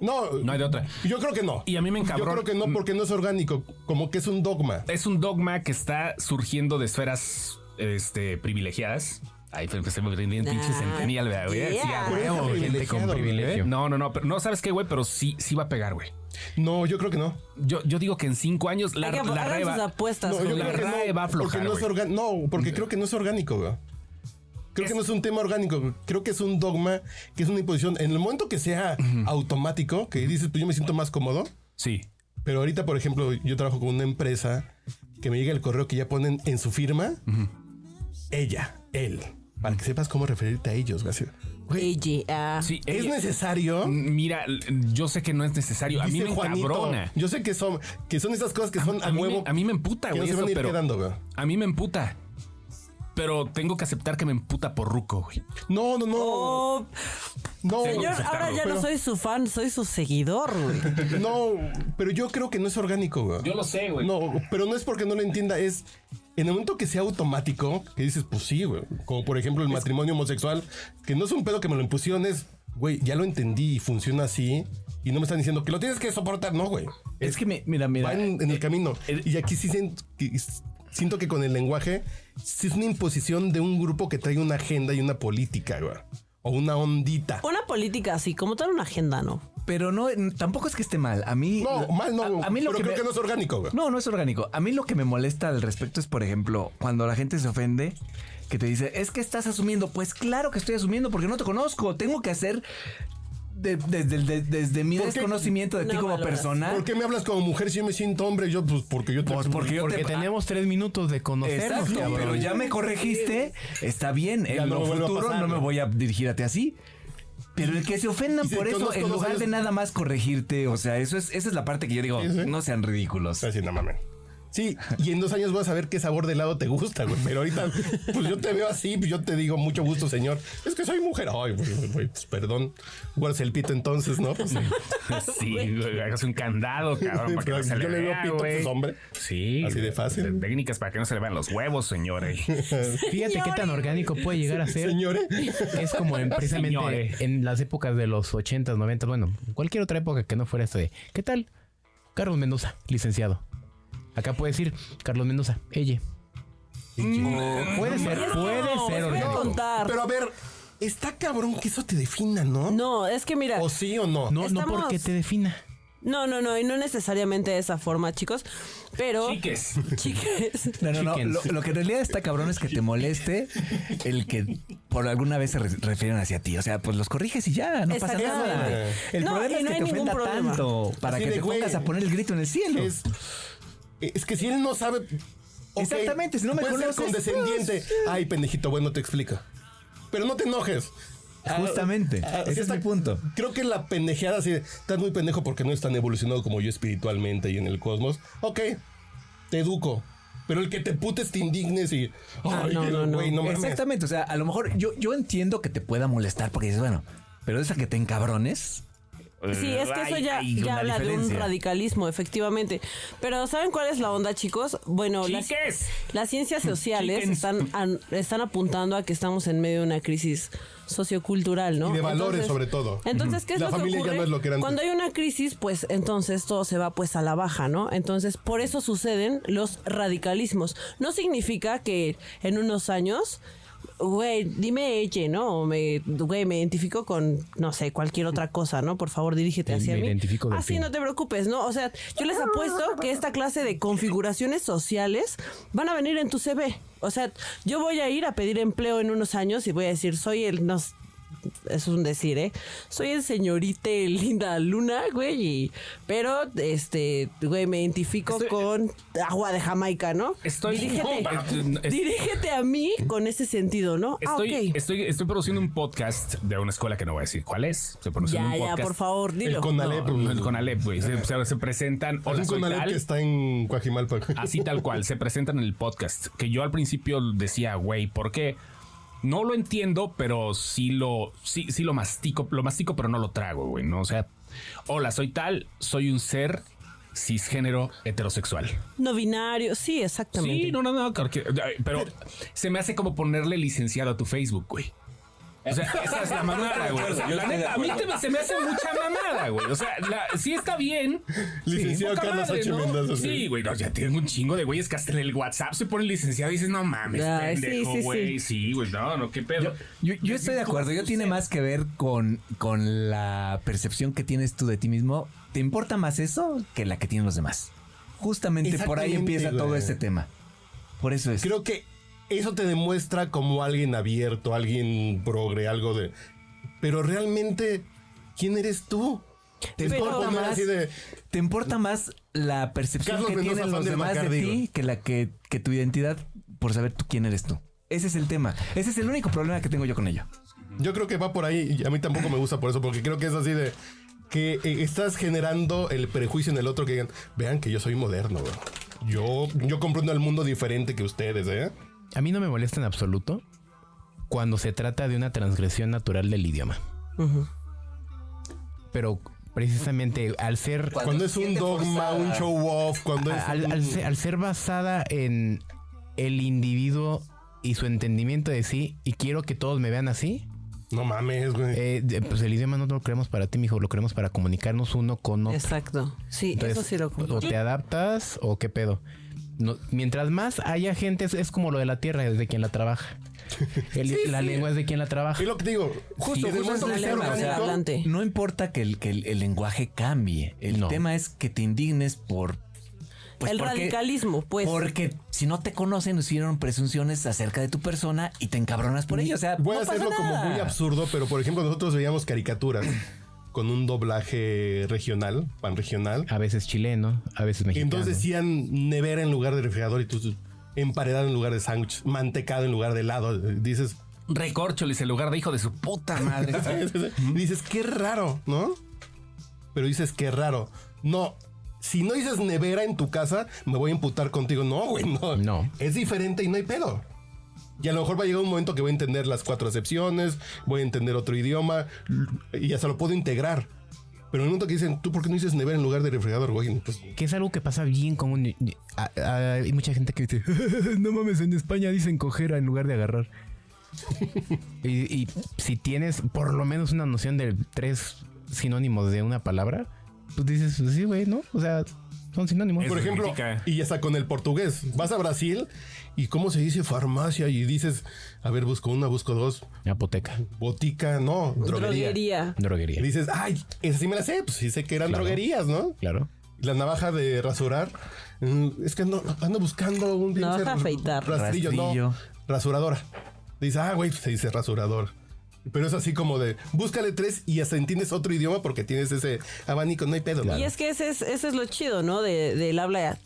S1: No,
S3: No hay de otra.
S1: Yo creo que no.
S3: Y a mí me
S1: Yo
S3: encabrona.
S1: creo que no, porque no es orgánico, como que es un dogma.
S3: Es un dogma que está surgiendo de esferas este, privilegiadas. Ay, pero que se me rindían pinche
S6: Ah,
S3: centennial, ¿verdad, güey. Sí,
S6: yeah.
S3: a
S1: Por eso
S3: huevo, güey.
S2: Gente con
S1: privilegiado, güey.
S2: privilegio.
S3: No, no, no, pero no sabes qué, güey, pero sí, sí va a pegar, güey.
S1: No, yo creo que no.
S3: Yo, yo digo que en cinco años pues, la,
S6: Hay que-
S3: la
S6: hagan
S3: RAE va-
S6: sus apuestas.
S1: No,
S6: güey.
S1: yo
S3: la
S1: creo que
S3: RAE
S1: no,
S3: va a aflojar,
S1: Porque no, es
S3: güey.
S1: orga- no, porque creo que no es orgánico, güey. Creo que no es un tema orgánico, güey. creo que es un dogma, que es una imposición. En el momento que sea automático, que dices, pues yo me siento más cómodo,
S3: Sí.
S1: pero ahorita, por ejemplo, yo trabajo con una empresa que me llega el correo que ya ponen en su firma, ella, él, para que sepas cómo referirte a ellos, güey. Así, güey,
S6: Ella, ah.
S3: Sí,
S1: Es
S3: ella-
S1: necesario.
S3: Mira, yo sé que no es necesario. A mí
S1: Dice
S3: me
S1: Juanito,
S3: encabrona.
S1: Yo sé que son, que son esas cosas que son a,
S3: mí me-
S1: huevo.
S3: a mí me emputa,
S1: que
S3: güey,
S1: No se van
S3: eso,
S1: a ir
S3: pero-
S1: quedando, güey.
S3: A mí me emputa. Pero tengo que aceptar que me emputa por ruco, güey.
S1: No, no, no.
S6: Oh,
S1: no.
S6: señor, ahora ya
S1: Pero-
S6: no soy su fan, soy su seguidor, güey.
S1: No, pero yo creo que no es orgánico, güey.
S3: Yo lo sé, güey.
S1: No, pero no es porque no lo entienda, es en el momento que sea automático, que dices, pues sí, güey. Como por ejemplo el matrimonio homosexual, que no es un pedo que me lo impusieron, es, güey, ya lo entendí y funciona así. Y no me están diciendo que lo tienes que soportar, no, güey.
S5: es que, mi- mira, mira. eh,
S1: Va en,
S6: eh,
S1: en el camino.
S5: el-
S1: Y aquí sí siento que, siento que con el lenguaje sí es una imposición de un grupo que trae una agenda y una política, güey. O una ondita.
S6: Una política así, como tal una agenda, ¿no?
S5: Pero no, tampoco es que esté mal. A mí.
S1: No, mal no,
S5: A, a mí lo
S1: pero
S5: que
S1: creo
S5: me-
S1: que no es orgánico, güey.
S5: No, no es orgánico. A mí lo que me molesta al respecto es, por ejemplo, cuando la gente se ofende, que te dice, es que estás asumiendo. Pues claro que estoy asumiendo porque no te conozco. Tengo que hacer de- desde, desde- desde mi
S1: ¿Por qué?
S5: desconocimiento de ti
S6: No
S5: como
S6: valoras.
S5: persona.
S1: ¿Por qué me hablas como mujer si yo me siento hombre? Yo, pues, porque yo te-
S5: porque yo
S2: Porque
S5: te-
S2: tenemos tres minutos de conocernos,
S5: Exacto,
S2: cabrón.
S5: pero ya me corregiste, está bien, en
S1: no
S5: lo
S1: me vuelve a
S5: futuro
S1: pasar,
S5: no me
S1: güey.
S5: voy a dirigir a ti así. Pero el que se ofendan
S1: Y si
S5: por
S1: te
S5: eso,
S1: conozco
S5: en
S1: dos
S5: lugar
S1: años-
S5: de nada más corregirte, o sea, eso es, esa es la parte que yo digo,
S1: Sí, sí.
S5: no sean ridículos.
S1: Así, no mames. Sí, y en dos años vas a ver qué sabor de helado te gusta, güey. Pero ahorita, pues yo te veo así, pues yo te digo, mucho gusto, señor. Es que soy mujer. Ay, güey, güey, pues, perdón. Guardas el pito entonces, ¿no? Pues, sí.
S3: Sí, güey, hagas un candado, cabrón, para que no se
S1: Yo
S3: le
S1: le veo
S3: vea,
S1: pito,
S3: güey.
S1: pues, hombre.
S3: Sí.
S1: Así de fácil.
S3: Técnicas para que no se le vean los huevos, señores.
S2: Fíjate qué tan orgánico puede llegar a ser.
S1: Señores.
S2: Es como en- precisamente
S3: Señores.
S2: en las épocas de los 80s, 90 bueno, cualquier otra época que no fuera esta de ¿qué tal? Carlos Mendoza, licenciado. Acá puede decir Carlos Mendoza, ella. Puede ser, puede
S6: No,
S2: ser
S6: les voy a
S2: orgánico.
S6: contar.
S1: Pero a ver, está cabrón que eso te defina, ¿no?
S6: No, es que mira,
S1: ¿O sí o no?
S2: No, no
S6: Estamos-
S2: porque te defina.
S6: no, no, no, y no necesariamente de esa forma, chicos, pero...
S3: Chiques.
S6: Chiques.
S5: No, no, no. Lo,
S2: Chickens.
S5: lo que en realidad está cabrón es que te moleste el que por alguna vez se re- refieren hacia ti. O sea, pues los corriges y ya, no pasa nada.
S6: Exactamente.
S5: El
S6: No, y
S5: problema es
S6: no
S5: que
S6: hay
S5: te
S6: ningún
S5: ofenda
S6: problema.
S5: tanto para
S1: Así
S5: que
S1: de,
S5: te
S1: güey,
S5: pongas a poner el grito en el cielo.
S1: Es, es que si él no sabe. ok,
S5: Exactamente, si no me
S1: puede ser
S5: conoces, pues,
S1: condescendiente. Ay, pendejito, bueno, te explico. Pero no te enojes.
S5: Justamente.
S1: Ah,
S5: ese es
S1: está-
S5: mi punto.
S1: Creo que la pendejeada así de, estás muy pendejo porque no es tan evolucionado como yo espiritualmente y en el cosmos. Ok, te educo. Pero el que te putes te indignes y. Ay,
S6: no,
S1: que-
S6: no, no.
S1: güey, no mames.
S5: Exactamente. O sea, a lo mejor yo, yo entiendo que te pueda molestar porque dices, bueno, pero esa que te encabrones.
S6: Sí, es que eso
S5: Eh, Hay-
S6: ya,
S5: hay
S6: ya
S5: una
S6: habla de un
S5: diferencia.
S6: radicalismo, efectivamente. Pero ¿saben cuál es la onda, chicos? Bueno, las,
S3: Chiques.
S6: las ciencias sociales
S3: Chickens.
S6: están, an- están apuntando a que estamos en medio de una crisis sociocultural, ¿no?
S1: Y de valores, sobre todo.
S6: Entonces, ¿qué es
S1: La
S6: lo que
S1: familia ya
S6: ocurre?
S1: no es lo que era antes.
S6: Cuando hay una crisis, pues entonces todo se va pues a la baja, ¿no? Entonces, por eso suceden los radicalismos. No significa que en unos años Güey, dime Eche, ¿no? O me, güey, me identifico con, no sé, cualquier otra cosa, ¿no? Por favor, dirígete
S9: Me
S6: hacia mí.
S9: identifico del
S6: Así
S9: pino.
S6: no te preocupes, ¿no? O sea, yo les apuesto que esta clase de configuraciones sociales van a venir en tu CV. O sea, yo voy a ir a pedir empleo en unos años y voy a decir, soy el, no, s- es un decir, ¿eh? Soy el señorite Linda Luna, güey, y- pero, este, güey, me identifico
S3: Estoy-
S6: con agua de Jamaica, ¿no?
S3: Estoy-
S6: Dirígete,
S3: No, no, es-
S6: dirígete a mí con ese sentido, ¿no?
S3: Estoy,
S6: ah, ok.
S3: estoy, estoy produciendo un podcast de una escuela que no voy a decir cuál es. Estoy produciendo
S6: Ya,
S3: un
S6: ya,
S3: podcast.
S6: por favor, dilo.
S1: El Conalep.
S3: No, el Conalep, güey. pues, Se, se- se presentan.
S1: Es
S3: Hola,
S1: un
S3: soy Ah,
S1: Conalep
S3: tal.
S1: que está en Coajimalpa.
S3: Así tal cual, se presentan en el podcast. Que yo al principio decía, güey, ¿por qué? No lo entiendo, pero sí lo, sí, sí lo mastico, lo mastico, pero no lo trago, güey. ¿no? O sea, hola, soy tal, soy un ser cisgénero heterosexual.
S6: No, binario, sí, exactamente.
S3: Sí, no, no, no, cualquier- ay, pero se me hace como ponerle licenciado a tu Facebook, güey. O sea, esa es la mamada, güey. O sea, la neta, a mí te me- se me hace mucha mamada, güey. O sea, la- sí está bien.
S1: Licenciado
S3: Poca
S1: Carlos H.
S3: ¿no?
S1: Mendoza, sí.
S3: Sí, güey, no, ya tengo un chingo de güeyes que hasta en el WhatsApp se ponen licenciado y dices, no mames,
S6: Ay, sí, sí,
S3: pendejo,
S6: sí.
S3: güey. Sí, güey, no, no, qué pedo.
S5: Yo, yo estoy de acuerdo. Yo tiene más que ver con, con la percepción que tienes tú de ti mismo. ¿Te importa más eso que la que tienen los demás? Justamente por ahí
S1: Exactamente,
S5: empieza todo
S1: güey.
S5: este tema. Por eso es.
S1: Creo que eso te demuestra como alguien abierto, alguien progre, algo de. Pero realmente, ¿quién eres tú? Te
S6: Pero
S1: importa
S6: más-
S1: más así de.
S5: ¿Te importa más la percepción
S1: Carlos
S5: que
S1: Mendoza,
S5: tienen
S1: fan
S5: los
S1: del
S5: demás de
S1: Bacardi,
S5: ti
S1: güey.
S5: que la que, que tu identidad por saber tú quién eres tú? Ese es el tema. Ese es el único problema que tengo yo con ello.
S1: Yo creo que va por ahí y a mí tampoco me gusta por eso, porque creo que es así de que eh, estás generando el prejuicio en el otro que digan, vean que yo soy moderno, bro. Yo, yo comprendo el mundo diferente que ustedes, ¿eh?
S2: A mí no me molesta en absoluto cuando se trata de una transgresión natural del idioma. Pero precisamente al ser
S1: Cuando es un dogma, un show off, cuando es.
S2: al,
S1: un-
S2: al ser, al ser basada en el individuo y su entendimiento de sí y quiero que todos me vean así,
S1: No mames, güey.
S2: eh, de- pues el idioma no lo creemos para ti, mijo, lo creemos para comunicarnos uno con otro.
S6: Exacto. Sí,
S2: Entonces,
S6: eso sí lo
S2: o
S6: comparto.
S2: te adaptas o qué pedo. No, mientras más haya gente, es, es como lo de la tierra, es de quien la trabaja. El- la lengua es de quien la trabaja.
S1: Es lo que te digo. Justo,
S5: Sí,
S1: justo
S5: es
S1: eso
S5: la
S1: que sea
S5: lengua, o sea,
S1: orgánico,
S6: hablante.
S5: No importa que el, que el, el lenguaje cambie. El
S2: No.
S5: tema es que te indignes por... pues,
S6: el
S5: porque-
S6: radicalismo, pues.
S5: Porque si no te conocen, hicieron presunciones acerca de tu persona y te encabronas por ello. O sea,
S1: Voy
S5: no
S1: a
S5: pasa
S1: hacerlo como
S5: nada.
S1: muy absurdo, pero por ejemplo, nosotros veíamos caricaturas con un doblaje regional, pan regional.
S2: A veces chileno, a veces
S1: Y
S2: mexicano.
S1: entonces decían nevera en lugar de refrigerador y tú- tú emparedado en lugar de sándwich, mantecado en lugar de helado. Dices,
S3: Recorcholis en lugar de hijo de su puta madre.
S1: dices, qué raro, ¿no? Pero dices, qué raro. No, si no dices nevera en tu casa, me voy a imputar contigo. No, güey, no.
S2: No.
S1: Es diferente y no hay pedo. Y a lo mejor va a llegar un momento que voy a entender las cuatro acepciones, voy a entender otro idioma y hasta lo puedo integrar. Pero en el momento que dicen, ¿tú por qué no dices nevera en lugar de refrigerador, güey? Pues,
S2: Que es algo que pasa bien común. A- a- Hay mucha gente que dice, no mames, en España dicen coger en lugar de agarrar. y, y si tienes por lo menos una noción de tres sinónimos de una palabra, pues dices, sí, güey, ¿no? O sea, son sinónimos.
S1: Por
S3: Eso
S1: ejemplo,
S3: significa-
S1: y hasta con el portugués. Vas a Brasil y cómo se dice farmacia y dices, a ver, busco una, busco dos,
S2: Apoteca,
S1: botica, no, droguería.
S6: Droguería.
S1: Y
S2: droguería.
S1: dices, ay, esa sí me la sé, pues sí sé que eran
S2: Claro.
S1: droguerías, ¿no?
S2: Claro.
S1: La navaja de rasurar, mm, es que ando, ando buscando un
S6: Navaja
S1: pinche
S6: afeitar.
S1: Rastrillo,
S5: Rastrillo.
S1: no, rasuradora. Dices, ah, güey, se dice rasurador. Pero es así como de, búscale tres y hasta entiendes otro idioma porque tienes ese abanico, no hay pedo.
S6: Y es que ese es, ese es lo chido, ¿no? De, del habla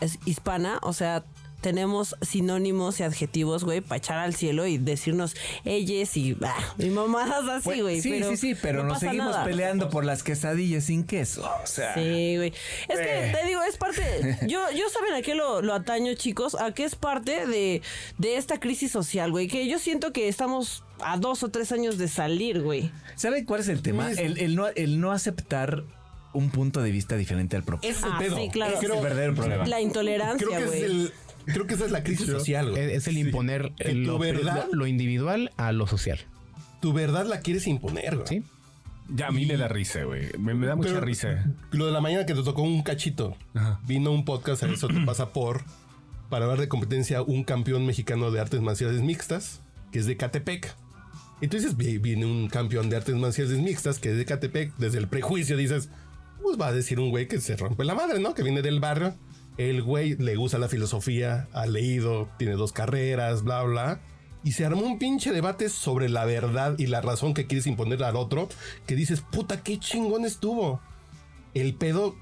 S6: es- hispana, o sea, tenemos sinónimos y adjetivos, güey, para echar al cielo y decirnos ellas y bah, mi mamadas así,
S5: Bueno,
S6: güey.
S5: sí, sí, sí, pero nos
S6: pasa
S5: seguimos
S6: nada.
S5: peleando por las quesadillas sin queso. O sea,
S6: Sí, güey. Es que te digo, es parte. Yo, yo saben a qué lo, lo ataño, chicos, a qué es parte de, de esta crisis social, güey. Que yo siento que estamos a dos o tres años de salir, güey.
S5: ¿Sabe cuál es el tema?
S1: Mis-
S5: El, el no, el no aceptar un punto de vista diferente al propio.
S1: Ese es el
S6: Ah,
S1: pedo.
S6: sí, claro.
S5: Es el verdadero problema.
S6: La intolerancia,
S1: Creo que, es
S6: güey.
S1: el, creo que esa es la crisis Eh, social, güey.
S2: Es, es el imponer
S1: Que tu
S2: lo,
S1: verdad-
S2: lo- lo individual a lo social.
S1: Tu verdad la quieres imponer, güey.
S2: Sí.
S3: Ya a mí me da risa, güey. Me, me da mucha
S1: Pero
S3: risa.
S1: Lo de la mañana que te tocó un cachito. Vino un podcast, a eso te pasa por, para hablar de competencia, un campeón mexicano de artes marciales mixtas, que es de Catepec. Y tú dices, "Vi- viene un campeón de artes marciales mixtas, que es de Catepec, desde el prejuicio dices, pues va a decir un güey que se rompe la madre, ¿no? Que viene del barrio. El güey le gusta la filosofía, ha leído, tiene dos carreras, bla, bla. Y se armó un pinche debate sobre la verdad y la razón que quieres imponer al otro, que dices, puta, qué chingón estuvo el pedo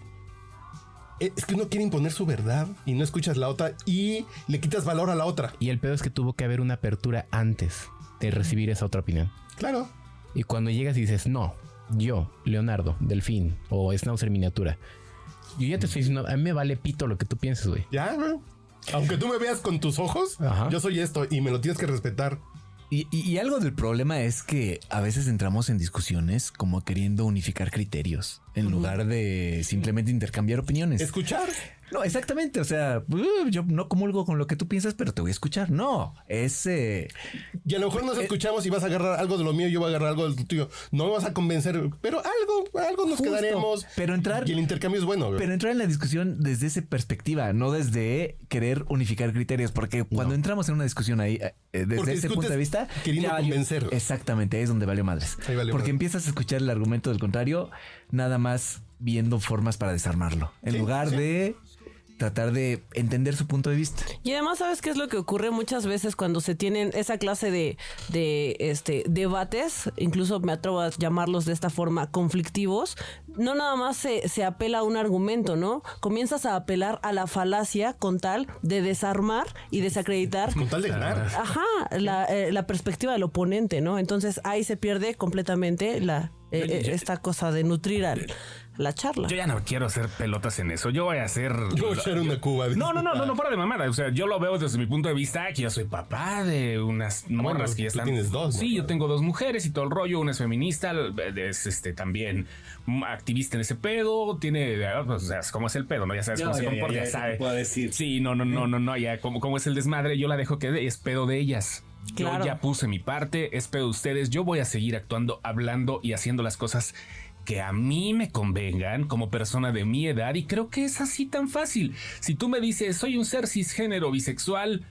S1: e, es que uno quiere imponer su verdad y no escuchas la otra y le quitas valor a la otra.
S2: Y el pedo es que tuvo que haber una apertura antes de recibir esa otra opinión.
S1: Claro.
S2: Y cuando llegas y dices, no, yo, Leonardo, Delfín o Snauzer Miniatura, yo ya te estoy diciendo, a mí me vale pito lo que tú pienses, güey.
S1: Ya, güey. Aunque tú me veas con tus ojos,
S2: Ajá.
S1: yo soy esto y me lo tienes que respetar.
S5: Y, y- y algo del problema es que a veces entramos en discusiones como queriendo unificar criterios en lugar de simplemente intercambiar opiniones.
S1: Escuchar.
S5: No, exactamente. O sea, "Uh, yo no comulgo con lo que tú piensas, pero te voy a escuchar. No, es eh,
S1: Y a lo mejor nos escuchamos y vas a agarrar algo de lo mío, yo voy a agarrar algo del tuyo. No me vas a convencer, pero algo, algo nos
S5: Justo.
S1: quedaremos.
S5: Pero entrar-
S1: Y el intercambio es bueno, güey.
S5: Pero entrar en la discusión desde esa perspectiva, no desde querer unificar criterios, porque cuando entramos en una discusión ahí, eh, eh, desde
S1: Porque
S5: ese punto
S1: discutes
S5: de vista,
S1: queriendo
S5: ya valió-
S1: convencer.
S5: Exactamente, ahí es donde valió madres.
S1: Ahí valió
S5: porque
S1: madres.
S5: empiezas a escuchar el argumento del contrario, nada más viendo formas para desarmarlo, en
S1: Sí,
S5: lugar
S1: sí.
S5: de tratar de entender su punto de vista.
S6: Y además, ¿sabes qué es lo que ocurre muchas veces cuando se tienen esa clase de, de este, debates? Incluso me atrevo a llamarlos de esta forma, conflictivos. No nada más se, se apela a un argumento, ¿no? Comienzas a apelar a la falacia con tal de desarmar y desacreditar.
S1: Con tal de ganar.
S6: Ajá, la, eh, la perspectiva del oponente, ¿no? Entonces ahí se pierde completamente la, eh, eh, esta cosa de nutrir al- la charla.
S3: Yo ya no quiero hacer pelotas en eso. Yo voy a hacer.
S1: Yo voy a echar una cuba. dice.
S3: No, no, no, no, no, para de mamada. O sea, yo lo veo desde mi punto de vista que yo soy papá de unas morras
S1: bueno,
S3: que ya
S1: tú
S3: están.
S1: tienes dos,
S3: Sí,
S1: ¿no?
S3: yo tengo dos mujeres y todo el rollo. Una es feminista, es este también mm, activista en ese pedo. Tiene, ah, pues, o sea, cómo es el pedo, ¿no? Ya sabes cómo se comporta, ya, sabes. Sí, no, no,
S6: ¿Eh?
S3: no, no, no, ya como, como es el desmadre, yo la dejo que es pedo de ellas.
S6: Claro.
S3: Yo ya puse mi parte, es pedo de ustedes. Yo voy a seguir actuando, hablando y haciendo las cosas que a mí me convengan como persona de mi edad y creo que es así tan fácil. Si tú me dices, soy un ser cisgénero bisexual,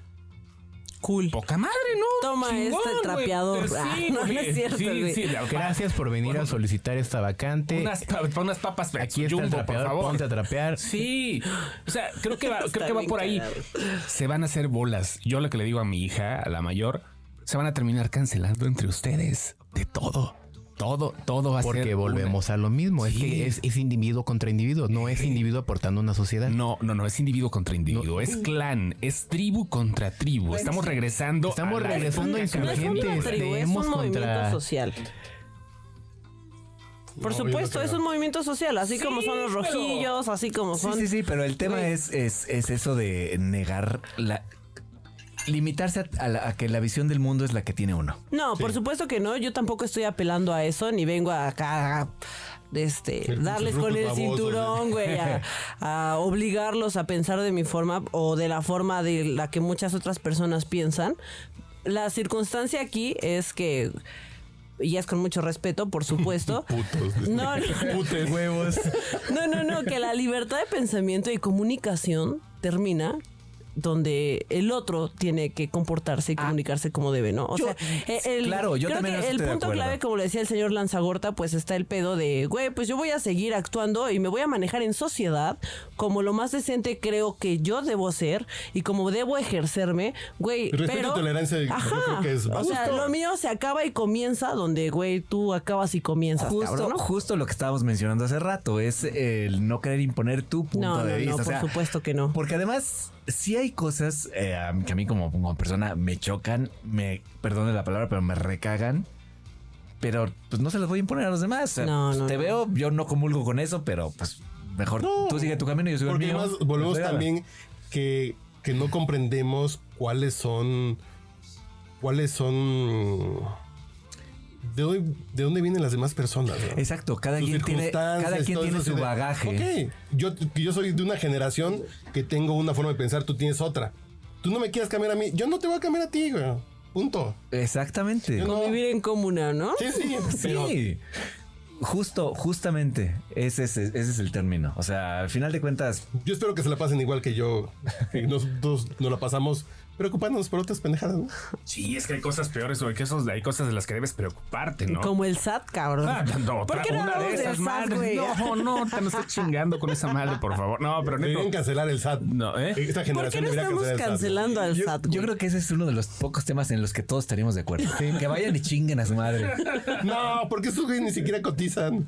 S6: Cool.
S3: poca madre, ¿no?
S6: Toma este
S3: güey.
S6: trapeador.
S3: Sí,
S6: Ah, no,
S3: güey.
S6: no es cierto,
S3: Sí,
S6: güey. Ah,
S3: sí, la-
S2: Gracias por venir a solicitar esta vacante.
S3: Unas, pa- unas papas
S2: Aquí está el
S3: Jumbo, por
S2: trapeador,
S3: favor.
S2: ponte a trapear.
S3: Sí, o sea, creo que va, creo
S6: Está
S3: que va
S6: bien
S3: por ahí.
S6: cagado.
S3: Se van a hacer bolas. Yo lo que le digo a mi hija, a la mayor, se van a terminar cancelando entre ustedes de todo. Todo, todo va a ser.
S2: Porque
S3: una-
S2: volvemos a lo mismo. Es
S3: Sí.
S2: que es, es individuo contra individuo, no es individuo aportando una sociedad.
S3: No, no, no, es individuo contra individuo, es clan, es tribu contra tribu.
S6: Pues
S3: Estamos regresando.
S2: Estamos
S3: a la
S2: regresando a
S3: época,
S6: No es
S3: cabrón.
S6: una
S2: insurgentes.
S6: tribu, es un
S2: Tenemos
S6: movimiento
S2: contra-
S6: social. Por
S1: No,
S6: supuesto,
S1: yo no
S6: es
S1: creo.
S6: un movimiento social, así como son los
S3: pero-
S6: rojillos, así como
S5: Sí,
S6: son.
S5: sí, sí, pero el tema
S6: Güey.
S5: es, es, es eso de negar la... Limitarse a, a la- a que la visión del mundo es la que tiene uno.
S6: No, por supuesto que no, yo tampoco estoy apelando a eso, ni vengo acá a este,
S1: El
S6: darles
S1: pinche
S6: con el
S1: ruco baboso, ¿eh?
S6: cinturón, güey, a, a obligarlos a pensar de mi forma o de la forma de la que muchas otras personas piensan. La circunstancia aquí es que, y es con mucho respeto, por supuesto,
S1: Putos.
S6: No, no.
S1: Putes. Huevos.
S6: No, no, no, que la libertad de pensamiento y comunicación termina donde el otro tiene que comportarse y comunicarse como debe, ¿no? O
S5: Ah. Yo-
S6: sea, eh, el,
S5: claro, yo
S6: creo
S5: también
S6: que
S5: estoy
S6: el
S5: de
S6: punto
S5: acuerdo.
S6: clave, como le decía el señor Lanzagorta, pues está el pedo de, güey, pues yo voy a seguir actuando y me voy a manejar en sociedad como lo más decente creo que yo debo ser y como debo ejercerme, güey.
S1: Respeto y
S6: pero,
S1: tolerancia, yo
S6: Ajá.
S1: creo que es
S6: o sea,
S1: justo.
S6: lo mío se acaba y comienza donde, güey, tú acabas y comienzas,
S5: Justo,
S6: cabrón, ¿no?
S5: justo lo que estábamos mencionando hace rato es el no querer imponer tu punto
S6: No,
S5: de
S6: no, no,
S5: vista. O
S6: por
S5: sea,
S6: supuesto que no.
S5: Porque además, sí hay cosas eh, a mí- que a mí como, como persona me chocan, me, perdone la palabra, pero me recagan. Pero pues no se las voy a imponer a los demás. O sea,
S6: No,
S5: pues,
S6: no,
S5: te
S6: no.
S5: veo, yo no comulgo con eso, pero pues mejor
S1: No,
S5: tú sigue tu camino y yo sigo el
S1: Porque
S5: mío.
S1: además volvemos
S5: Pues,
S1: también que, que no comprendemos cuáles son. cuáles son ¿de dónde, de dónde vienen las demás personas? no?
S5: Exacto, cada
S1: Sus
S5: quien tiene,
S1: circunstancias,
S5: cada quien
S1: todo
S5: tiene
S1: eso,
S5: su
S1: así de,
S5: bagaje.
S1: Ok, yo, que yo soy de una generación que tengo una forma de pensar, tú tienes otra. Tú no me quieres cambiar a mí, yo no te voy a cambiar a ti, güey. Punto.
S5: Exactamente.
S1: Yo no-
S6: Convivir en comuna, ¿no?
S1: Sí, sí, pero
S5: Sí. Justo, justamente, ese es, ese es el término. O sea, al final de cuentas,
S1: yo espero que se la pasen igual que yo. Y nosotros nos la pasamos preocupándonos por otras pendejadas. ¿no?
S3: Sí, es que hay cosas peores, güey, que esos, hay cosas de las que debes preocuparte, ¿no?
S6: Como el SAT, cabrón.
S3: Ah, no,
S6: ¿Por qué no
S3: una
S6: hablamos
S3: de
S6: del
S3: esas
S6: SAT,
S3: madres.
S6: güey?
S3: No, no, te no estés chingando con esa madre, por favor. No, pero
S1: Deberían
S3: neto.
S1: cancelar el SAT.
S3: No, ¿eh?
S1: Esta
S6: ¿Por qué
S1: generación
S6: no
S1: debería
S6: estamos
S1: cancelar el SAT.
S6: cancelando al
S5: yo,
S6: SAT,
S5: yo
S6: güey?
S5: creo que ese es uno de los pocos temas en los que todos estaríamos de acuerdo. Que vayan y chinguen a su madre.
S1: No, porque estos güeyes ni siquiera cotizan.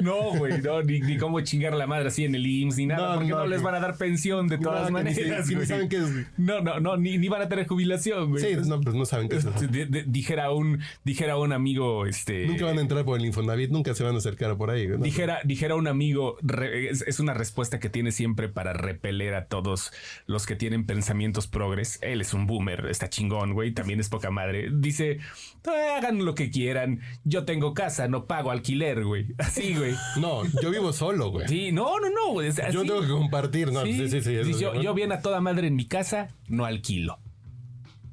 S3: no, güey, no, ni, ni cómo chingar la madre así en el IMSS ni nada,
S1: No,
S3: porque no,
S1: no,
S3: les
S1: güey.
S3: van a dar pensión de todas
S1: No, que ni-
S3: maneras.
S1: que ni
S3: güey.
S1: saben qué es, güey.
S3: No, no, no, ni, ni van a tener jubilación, güey.
S1: Sí, no, pues no saben qué es eso.
S3: De- de- dijera un dijera un amigo este
S1: Nunca van a entrar por el Infonavit, nunca se van a acercar por ahí. güey, ¿no?
S3: Dijera, dijera un amigo, re- es, es una respuesta que tiene siempre para repeler a todos los que tienen pensamientos progres. Él es un boomer, está chingón, güey, también es poca madre. Dice, "Ah, hagan lo que quieran, yo tengo casa, no pago alquiler, güey. Así, güey.
S1: No, yo vivo solo, güey.
S3: Sí, no, no, no, güey. es
S1: yo
S3: así.
S1: tengo que compartir. No,
S3: Sí,
S1: sí, sí, sí.
S3: sí,
S1: eso sí,
S3: yo,
S1: ¿no?
S3: yo bien a toda madre en mi casa, no alquilo.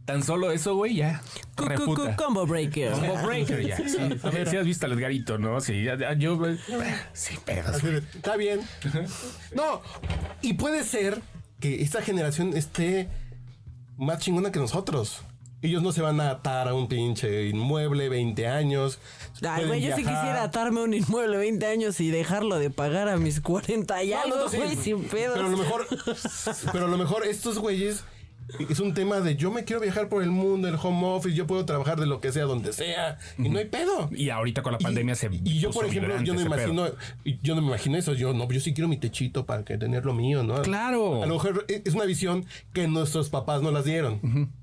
S3: Tan solo eso, güey, ya.
S6: Cu- cu- cu-
S3: refuta.
S6: Combo breaker.
S3: Como breaker ya. Sí, a ver, si has visto al Edgarito, ¿no? Sí, ya- ya- yo... Sí, pedos.
S1: Así de, Está bien. No, y puede ser que esta generación esté más chingona que nosotros. Ellos no se van a atar a un pinche inmueble, 20 años.
S6: Ay,
S1: pueden
S6: güey, yo sí
S1: viajar.
S6: quisiera atarme a un inmueble de 20 años y dejarlo de pagar a mis 40 y
S1: No, no,
S6: algo,
S1: sí.
S6: güey, sin pedos.
S1: Pero a lo mejor, pero a lo mejor estos güeyes es un tema de yo me quiero viajar por el mundo, el home office, yo puedo trabajar de lo que sea, donde sea, y no hay pedo.
S3: Y ahorita con la pandemia se.
S1: Y yo,
S3: puso
S1: por ejemplo,
S3: vibrante
S1: yo no
S3: pues ese
S1: imagino, yo no me imagino eso. Yo no, yo sí quiero mi techito para que tener lo mío, ¿no?
S3: Claro.
S1: A lo mejor e, es una visión que nuestros papás no las dieron.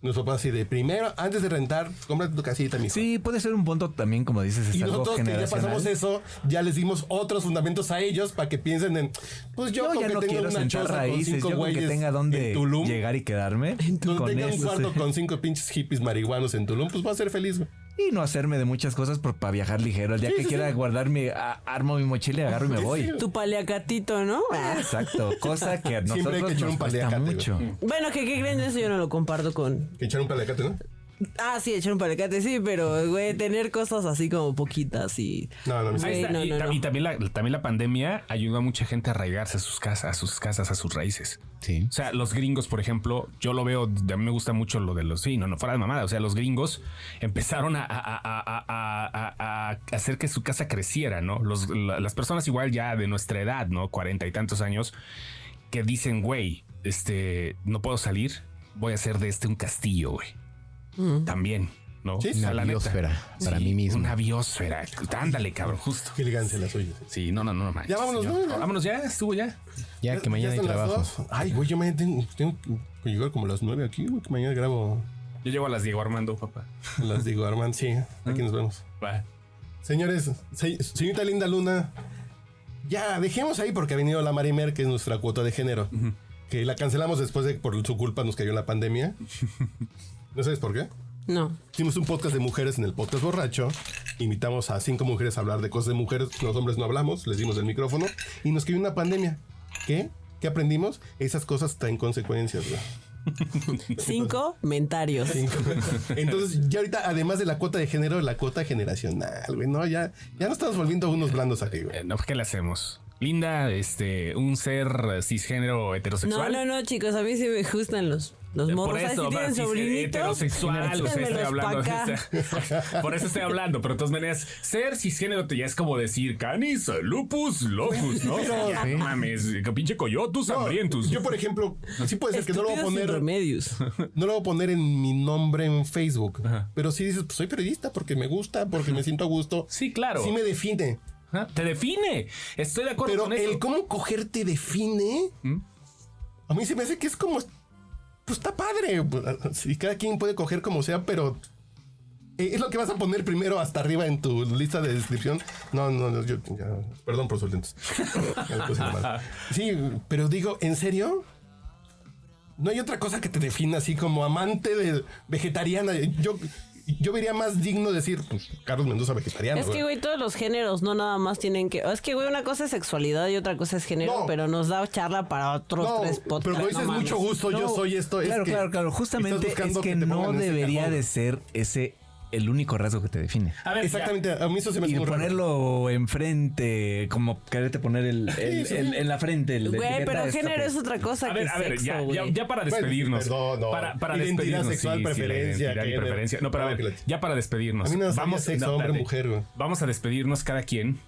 S1: Nuestros papás así de primero, antes de rentar, cómprate tu casita, mijo.
S5: Sí, puede ser un punto también, como dices, es
S1: Y
S5: algo
S1: nosotros que ya
S5: generacional.
S1: pasamos eso, ya les dimos otros fundamentos a ellos para que piensen en, pues yo,
S5: Yo
S1: con
S5: ya
S1: que
S5: no
S1: tenga
S5: quiero
S1: una
S5: sentar
S1: choza con
S5: raíces,
S1: cinco
S5: yo con que
S1: güeyes
S5: tenga
S1: en
S5: dónde
S1: Tulum,
S5: llegar y quedarme.
S1: donde
S5: Con
S1: tenga un
S5: eso,
S1: cuarto
S5: sí.
S1: con cinco pinches hippies marihuanos en Tulum, pues va a ser feliz. güey.
S5: Y no hacerme de muchas cosas por, para viajar ligero. El día
S1: Sí,
S5: que
S1: sí,
S5: quiera
S1: sí.
S5: guardar mi, a- armo mi mochila, y agarro y me voy.
S6: Tu paleacatito, ¿no? Ah.
S5: Exacto. Cosa que a
S1: Siempre hay
S5: nosotros
S1: que echar
S5: nos
S1: un
S5: cuesta
S1: paliacate, güey.
S5: mucho.
S6: Bueno, que qué creen de eso yo no lo comparto con.
S1: Que echar un palacate, ¿no?
S6: Ah, sí, echar un palecate, sí, pero güey, tener cosas así como poquitas y.
S1: No, no, no.
S3: Ahí
S6: Güey,
S3: está.
S6: no,
S3: Pues y,
S6: no,
S3: ta-
S6: no.
S3: y también la, también la pandemia ayudó a mucha gente a arraigarse a sus casas, a sus casas, a sus raíces.
S2: Sí.
S3: O sea, los gringos, por ejemplo, yo lo veo, a mí me gusta mucho lo de los, sí, no, no, fuera de mamada. O sea, los gringos empezaron a, a- a- a- a- a- a hacer que su casa creciera, ¿no? Los- la- las personas igual ya de nuestra edad, ¿no? Cuarenta y tantos años, que dicen, güey, este, no puedo salir, voy a hacer de este un castillo, güey.
S6: Mm.
S3: También, ¿no?
S1: Sí,
S3: O sea,
S2: Una
S3: la neta.
S2: biosfera para
S3: Sí,
S2: mí mismo.
S3: Una biosfera. Ándale, cabrón, justo.
S1: Qué elegancia la suya.
S3: Sí, no, no, no, no manches,
S1: Ya vámonos,
S3: señor.
S1: ¿no?
S3: Vámonos ya, estuvo ya.
S2: Ya que mañana hay
S1: son las
S2: trabajo.
S1: dos. Ay, güey, yo mañana tengo, tengo que llegar como a las nueve aquí, güey, que mañana grabo.
S3: Yo llego a las Diego Armando, papá.
S1: Las digo, Armand, sí, aquí nos vemos.
S3: Va.
S1: Señores, se- señorita Linda Luna, ya dejemos ahí porque ha venido la Marimer, que es nuestra cuota de género, que la cancelamos después de que por su culpa nos cayó la pandemia. ¿No sabes por qué?
S6: No.
S1: Hicimos un podcast de mujeres en el podcast borracho. Invitamos a cinco mujeres a hablar de cosas de mujeres. Los hombres no hablamos, les dimos el micrófono y nos cayó una pandemia. ¿Qué? ¿Qué aprendimos? Esas cosas traen consecuencias. güey.
S6: Cinco mentarios.
S1: Entonces, ya ahorita, además de la cuota de género, la cuota generacional, güey. No, ya, ya nos estamos volviendo unos blandos aquí, güey.
S3: Eh, no, ¿qué le hacemos? Linda, este, un ser eh, cisgénero
S6: No,
S3: heterosexual.
S6: no, no, chicos, a mí sí me gustan los, los
S3: Eh, Por
S6: morros. ¿sabes?
S3: eso,
S6: si
S3: para
S6: tienen
S3: cis-
S6: sobrinitos,
S3: heterosexual, o sea, estoy
S6: échenmelos
S3: hablando.
S6: pa' acá.
S3: Por eso estoy hablando, pero de todas maneras, ser cisgénero te- ya es como decir canis, lupus, locus, ¿no? O sea, ya, no mames, que pinche coyotus,
S1: No,
S3: hambrientos.
S1: Yo, por ejemplo, sí puede ser que no lo voy a
S6: Estúpidos sin
S1: poner,
S6: remedios.
S1: no lo voy a poner en mi nombre en Facebook, pero sí dices, pues, soy periodista porque me gusta, porque me siento a gusto.
S3: Sí, claro.
S1: Sí me define.
S3: Ajá, Te define. Estoy de acuerdo
S1: Pero
S3: con eso.
S1: el cómo coger te define. A mí se me hace que es como. Pues está padre. Y cada quien puede coger como sea, pero. eh, Es lo que vas a poner primero hasta arriba en tu lista de descripción. No, no, no, yo ya- Perdón por sus lentes. Ya le puse la mano. sí, pero digo, ¿en serio? No hay otra cosa que te defina así como amante de vegetariana. Yo, yo vería más digno decir pues, Carlos Mendoza vegetariano.
S6: Es que,
S1: güey.
S6: güey, todos los géneros no nada más tienen que. Es que, güey, una cosa es sexualidad y otra cosa es género,
S1: No.
S6: pero nos da charla para otros
S1: No,
S6: tres podcasts.
S1: pero como dices,
S6: no mames.
S1: mucho gusto, yo
S5: No,
S1: soy esto. es
S5: Claro,
S1: que
S5: claro, claro. Justamente
S1: estás
S5: es
S1: buscando
S5: que
S1: te
S5: no
S1: pongan en ese
S5: debería
S1: cajón.
S5: de ser ese el único rasgo que te define.
S3: A ver,
S1: Exactamente, a mí eso Ah, se me hace
S5: Y
S1: muy raro.
S5: ponerlo enfrente, como quererte poner el, el- el- en la frente. el- la
S6: Güey,
S5: etiqueta
S6: pero
S5: esta
S6: género
S5: que-
S6: es otra cosa
S3: A ver,
S6: que
S3: a ver,
S6: sexo,
S3: ya,
S6: güey.
S3: ya, ya para
S1: Bueno,
S3: despedirnos.
S1: perdón, no.
S3: Para, para
S1: Identidad
S3: despedirnos,
S1: sexual,
S3: sí, sí, la
S1: preferencia,
S3: identidad y
S1: género.
S3: preferencia. No, pero a
S1: No, que
S3: ver,
S1: la-
S3: ya para despedirnos.
S1: A mí no me sabía sexo, hombre,
S3: espérate.
S1: mujer, güey.
S3: Vamos a despedirnos cada quien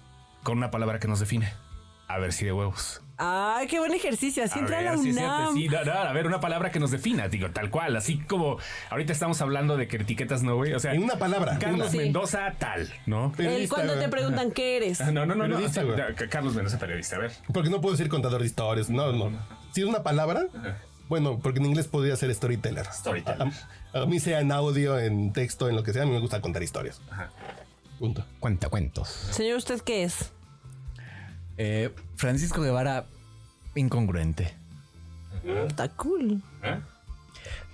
S3: con una palabra que nos define. A ver si de huevos.
S6: Ay, qué buen ejercicio. Así
S3: A
S6: entra
S3: ver,
S6: la
S3: sí, es cierto,
S6: UNAM.
S3: sí, no, no, a ver, una palabra que nos defina, digo, tal cual. Así como ahorita estamos hablando de que etiquetas no, güey. O sea,
S1: En una palabra,
S3: Carlos
S6: una. Sí.
S3: Mendoza, tal, ¿no?
S6: El
S1: Periodista,
S6: cuando te
S1: güey.
S6: preguntan qué eres.
S3: Ah, No, no, no, no. o
S1: Periodista,
S3: sea,
S1: güey.
S3: ya, Carlos Mendoza, periodista. A ver,
S1: Porque no puedo decir contador de historias. No, no. Si es una palabra, bueno, porque en inglés podría ser storyteller.
S3: Storyteller.
S1: Ah, A, a mí sea en audio, en texto, en lo que sea, a mí me gusta contar historias. Punto.
S2: Cuenta cuentos.
S6: Señor, ¿usted qué es?
S5: Eh, Francisco Guevara, incongruente.
S1: ¿Ah?
S6: Está cool.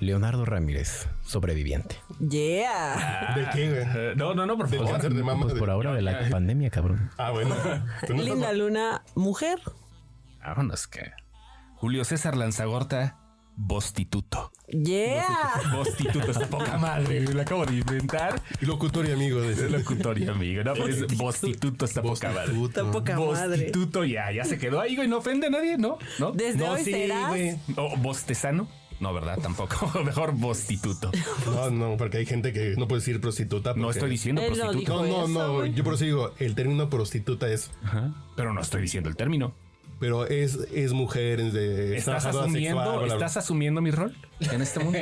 S2: Leonardo Ramírez, sobreviviente.
S6: Yeah.
S1: ¿De qué, güey?
S3: Eh, no, no, no, por
S1: ¿Del
S3: favor.
S1: cáncer de mama?
S2: Pues por
S1: de-
S2: ahora de la pandemia, cabrón.
S1: Ah, bueno. Tú no
S6: Linda
S1: estás-
S6: Luna, mujer.
S3: Vámonos que. Julio César Lanzagorta, Bostituto.
S6: Yeah.
S3: Bostituto, esta poca madre, güey, lo acabo de inventar.
S1: Locutor y amigo de
S3: Es locutor y amigo, ¿no? Pero es Bostituto, esta poca madre.
S6: Está poca madre.
S3: Bostituto, ya, ya se quedó ahí, güey, no ofende a nadie, ¿no? ¿No?
S6: Desde
S1: No,
S6: hoy
S1: sí,
S6: serás.
S1: güey.
S3: ¿O bostezano? No, ¿verdad? Tampoco. Mejor Bostituto.
S1: No, no, porque hay gente que no puede decir prostituta.
S3: No
S1: porque-
S3: estoy diciendo
S6: Él no
S3: prostituto,
S1: No, no,
S6: Eso,
S1: no.
S6: güey.
S1: Yo prosigo. El término prostituta es.
S3: pero no estoy diciendo el término.
S1: Pero es, es mujer, es de. es
S3: ¿Estás
S1: trabajadora
S3: asumiendo,
S1: sexual, bla, bla.
S3: ¿Estás asumiendo mi rol en este mundo?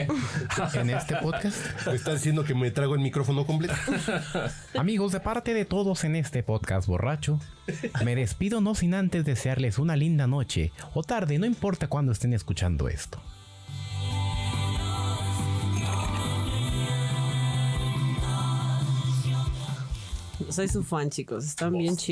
S2: En este podcast,
S1: Me estás diciendo que me trago el micrófono completo.
S2: amigos, de parte de todos en este podcast borracho, me despido no sin antes desearles una linda noche o tarde, no importa cuándo estén escuchando esto.
S6: Soy su fan, chicos. Están bien chidos.